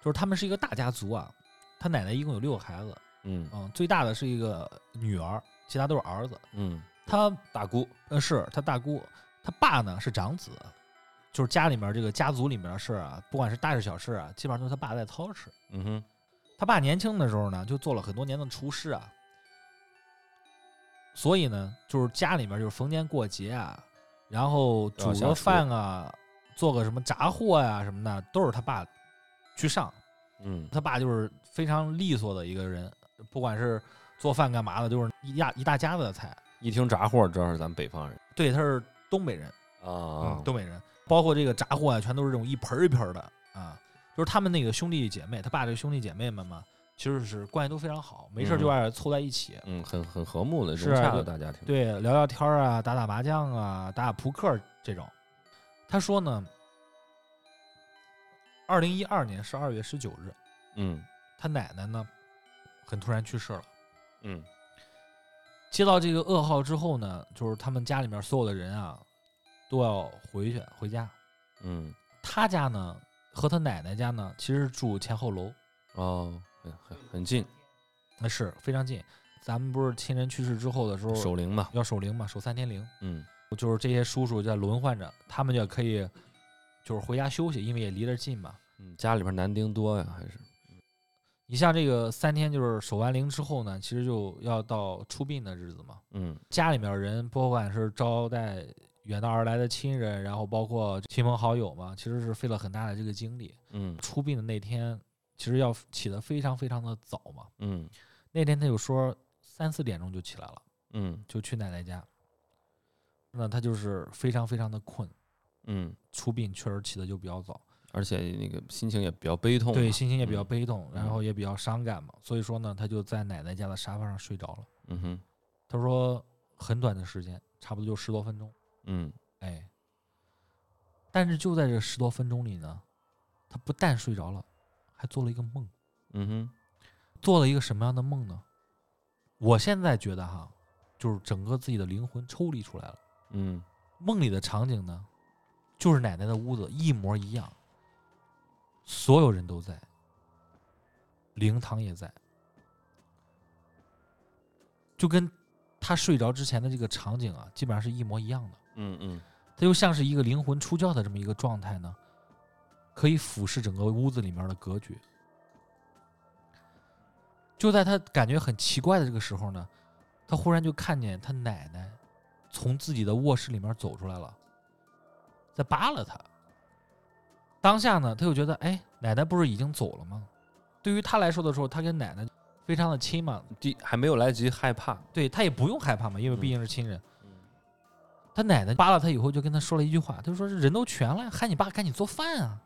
就是他们是一个大家族啊，他奶奶一共有六个孩子，
嗯
嗯，最大的是一个女儿，其他都是儿子。
嗯，
他
大姑，
呃，是他大姑，他爸呢是长子，就是家里面这个家族里面的事儿啊，不管是大事小事啊，基本上都是他爸在操持。
嗯哼，
他爸年轻的时候呢，就做了很多年的厨师啊，所以呢，就是家里面就是逢年过节啊，然后煮
要下
个
厨
饭啊，做个什么杂货呀、什么的，都是他爸去上。
嗯
他爸就是非常利索的一个人，不管是做饭干嘛的，就是一大一大家子的菜。
一听炸货，知道是咱们北方人
对，他是东北人。
啊
嗯，，东北人，包括这个炸货啊，全都是这种一盆儿一盆儿的啊，就是他们那个兄弟姐妹，他爸这个兄弟姐妹们嘛，其实是关系都非常好，没事儿就
嗯
爱凑在一起，
嗯，很很和睦的
是
融洽
对
的大家庭，
对，聊聊天儿啊，打打麻将啊，打打扑克儿这种。他说呢，二零一二年十二月十九日，
嗯
他奶奶呢很突然去世了。
嗯
接到这个噩耗之后呢，就是他们家里面所有的人啊都要回去回家，
嗯，
他家呢和他奶奶家呢，其实住前后楼，
哦，很很很近，
那是非常近。咱们不是亲人去世之后的时候
守灵嘛，
要守灵嘛，守三天灵，
嗯
就是这些叔叔在轮换着，他们也可以就是回家休息，因为也离得近嘛。
嗯，家里边男丁多呀，还是
你像这个三天就是守完灵之后呢，其实就要到出殡的日子嘛。
嗯
家里面人不管是招待远道而来的亲人，然后包括亲朋好友嘛，其实是费了很大的这个精力。
嗯
出殡的那天，其实要起得非常非常的早嘛。
嗯
那天他就说三四点钟就起来了，
嗯
就去奶奶家。那他就是非常非常的困，
嗯，
出殡确实起的就比较早，
而且那个心情也比较悲痛嘛，
对，心情也比较
嗯
悲痛，然
嗯
后也比较伤感嘛。所以说呢，他就在奶奶家的沙发上睡着了。
嗯哼，
他说很短的时间，差不多就十多分钟。
嗯
哎，但是就在这十多分钟里呢，他不但睡着了，还做了一个梦。
嗯哼，
做了一个什么样的梦呢？我现在觉得哈，就是整个自己的灵魂抽离出来了。
嗯
梦里的场景呢，就是奶奶的屋子一模一样，所有人都在，灵堂也在，就跟他睡着之前的这个场景啊，基本上是一模一样的。
嗯嗯
它又像是一个灵魂出窍的这么一个状态呢，可以俯视整个屋子里面的格局。就在他感觉很奇怪的这个时候呢，他忽然就看见他奶奶从自己的卧室里面走出来了，在扒拉他。当下呢，他又觉得，哎，奶奶不是已经走了吗？对于他来说的时候，他跟奶奶非常的亲嘛，
第还没有来得及害怕，
对他也不用害怕嘛，因为毕竟是亲人。
嗯
他奶奶扒拉他以后，就跟他说了一句话，他就说：“人都全了，喊你爸赶紧做饭啊。”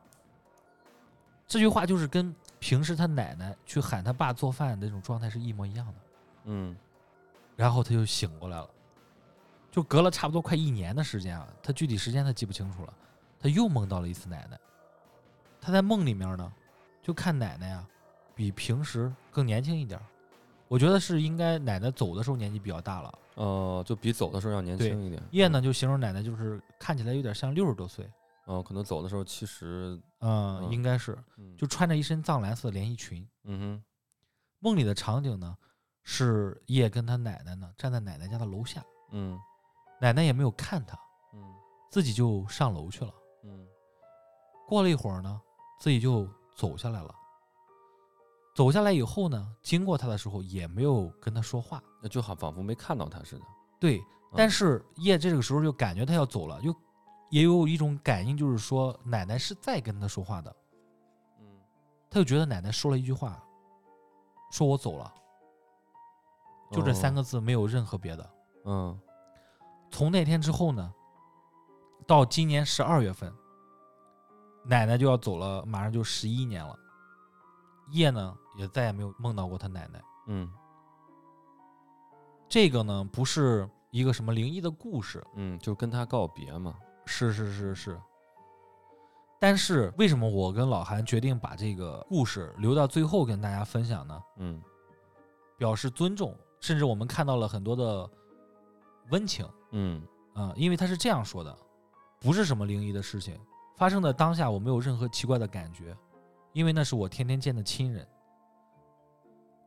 这句话就是跟平时他奶奶去喊他爸做饭的那种状态是一模一样的。
嗯
然后他就醒过来了，就隔了差不多快一年的时间啊，他具体时间他记不清楚了，他又梦到了一次奶奶。他在梦里面呢，就看奶奶啊，比平时更年轻一点儿。我觉得是应该奶奶走的时候年纪比较大了。
哦，就比走的时候要年
对
轻一点。
叶呢就形容奶奶就是看起来有点像六十多岁，
哦，可能走的时候其实，
嗯，
嗯
应该是
嗯
就穿着一身藏蓝色的连衣裙。
嗯
梦里的场景呢是叶跟他奶奶呢站在奶奶家的楼下，
哼，嗯
奶奶也没有看他，
嗯
自己就上楼去了。
嗯
过了一会儿呢，自己就走下来了。走下来以后呢，经过他的时候也没有跟他说话，
那就好仿佛没看到他似的。
对。但是叶这个时候就感觉他要走了，就也有一种感应，就是说奶奶是在跟他说话的。
嗯
他就觉得奶奶说了一句话，说我走了，就这三
个。
个字，没有任何别的。
嗯
从那天之后呢，到今年十二月份，奶奶就要走了，马上就十一年了。叶呢也再也没有梦到过他奶奶。
嗯
这个呢不是一个什么灵异的故事，
嗯，就跟他告别嘛。
是是是是。但是为什么我跟老韩决定把这个故事留到最后跟大家分享呢？
嗯
表示尊重，甚至我们看到了很多的温情。
嗯
嗯，因为他是这样说的，不是什么灵异的事情，发生的当下我没有任何奇怪的感觉，因为那是我天天见的亲人。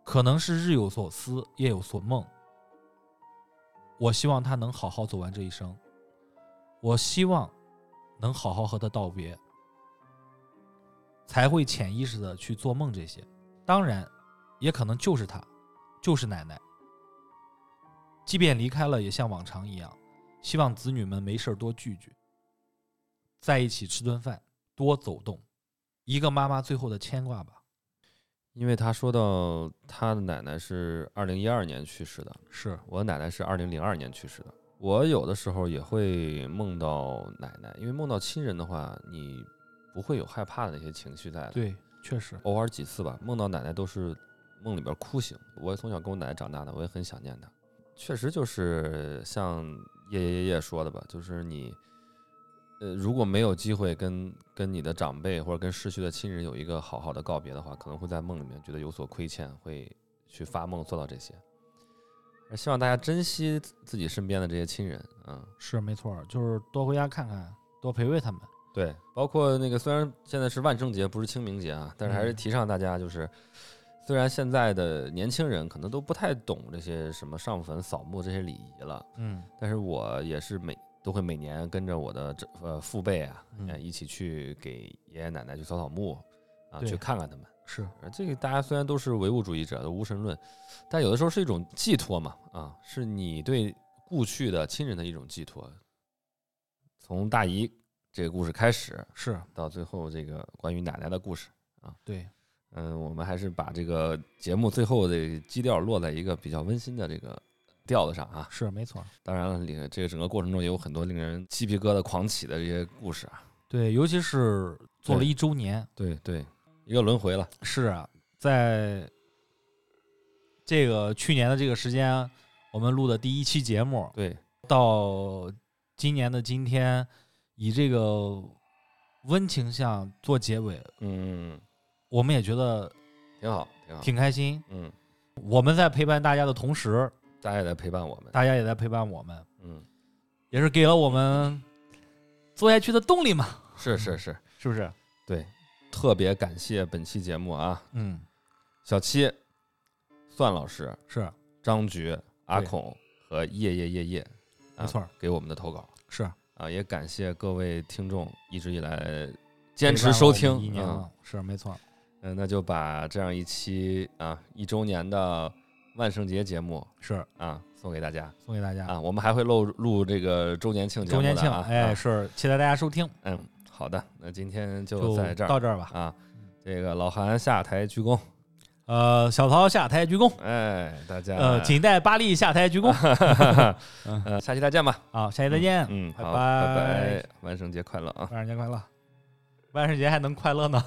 可能是日有所思，夜有所梦。我希望他能好好走完这一生，我希望能好好和他道别，才会潜意识的去做梦这些。当然，也可能就是他，就是奶奶。即便离开了，也像往常一样。希望子女们没事儿多聚聚，在一起吃顿饭，多走动，一个妈妈最后的牵挂吧。
因为他说到他的奶奶是二零一二年去世的，
是，
我奶奶是二零零二年去世的。我有的时候也会梦到奶奶，因为梦到亲人的话，你不会有害怕的那些情绪在的。
对，确实，
偶尔几次吧，梦到奶奶都是梦里边哭醒。我也从小跟我奶奶长大的，我也很想念她。确实就是像叶叶叶说的吧，就是你，呃，如果没有机会跟跟你的长辈或者跟逝去的亲人有一个好好的告别的话，可能会在梦里面觉得有所亏欠，会去发梦做到这些。而希望大家珍惜自自己身边的这些亲人，嗯，
是没错儿，就是多回家看看，多陪陪他们。
对，包括那个虽然现在是万圣节，不是清明节啊，但是还是
嗯
提倡大家就是，虽然现在的年轻人可能都不太懂这些什么上坟扫墓这些礼仪了，
嗯，
但是我也是每都会每年跟着我的这呃父辈啊，
嗯
呃一起去给爷爷奶奶去扫扫墓啊，
对
去看看他们。
是
呃这个大家虽然都是唯物主义者的无神论，但有的时候是一种寄托嘛，啊，是你对故去的亲人的一种寄托。从大姨这个故事开始，
是，
到最后这个关于奶奶的故事，
对，
嗯，我们还是把这个节目最后的基调落在一个比较温馨的这个调子上啊。
是没错儿。
当然了，里这个整个过程中也有很多令人鸡皮疙瘩狂起的这些故事啊。
对，尤其是做了一周年，
对对，一个轮回了。
是啊，在这个去年的这个时间，我们录的第一期节目，
对，
到今年的今天，以这个温情向做结尾，
嗯，
我们也觉得
挺好，挺好，
挺开心。
嗯，
我们在陪伴大家的同时，
大家也在陪伴我们，
大家也在陪伴我们，
嗯，
也是给了我们做下去的动力嘛，
是是是，
是不是？
对，特别感谢本期节目啊，
嗯，
小七、算老师、
是
张局、阿
对
孔和夜夜夜夜
没错儿，
给我们的投稿
是
啊，也感谢各位听众一直以来坚
陪伴
持收
我们一
听
年
啊。
了，是没错儿。
嗯，那就把这样一期啊一周年的万圣节节目
是
啊送给大家
送给大家
啊，我们还会录录这个周年庆节
周
目的
年
啊
庆，哎，
啊
是期待大家收听，
嗯，好的，那今天就
就
在这儿
到这儿吧。
啊，这个老韩下台鞠躬，
呃，小曹下台鞠躬，
哎，大家
呃，仅代巴利下台鞠躬。
呃下期再见吧。
好，下期再见，
嗯，
拜
好，
拜
拜拜，万圣节快乐啊！
万圣节快乐！万圣节还能快乐呢，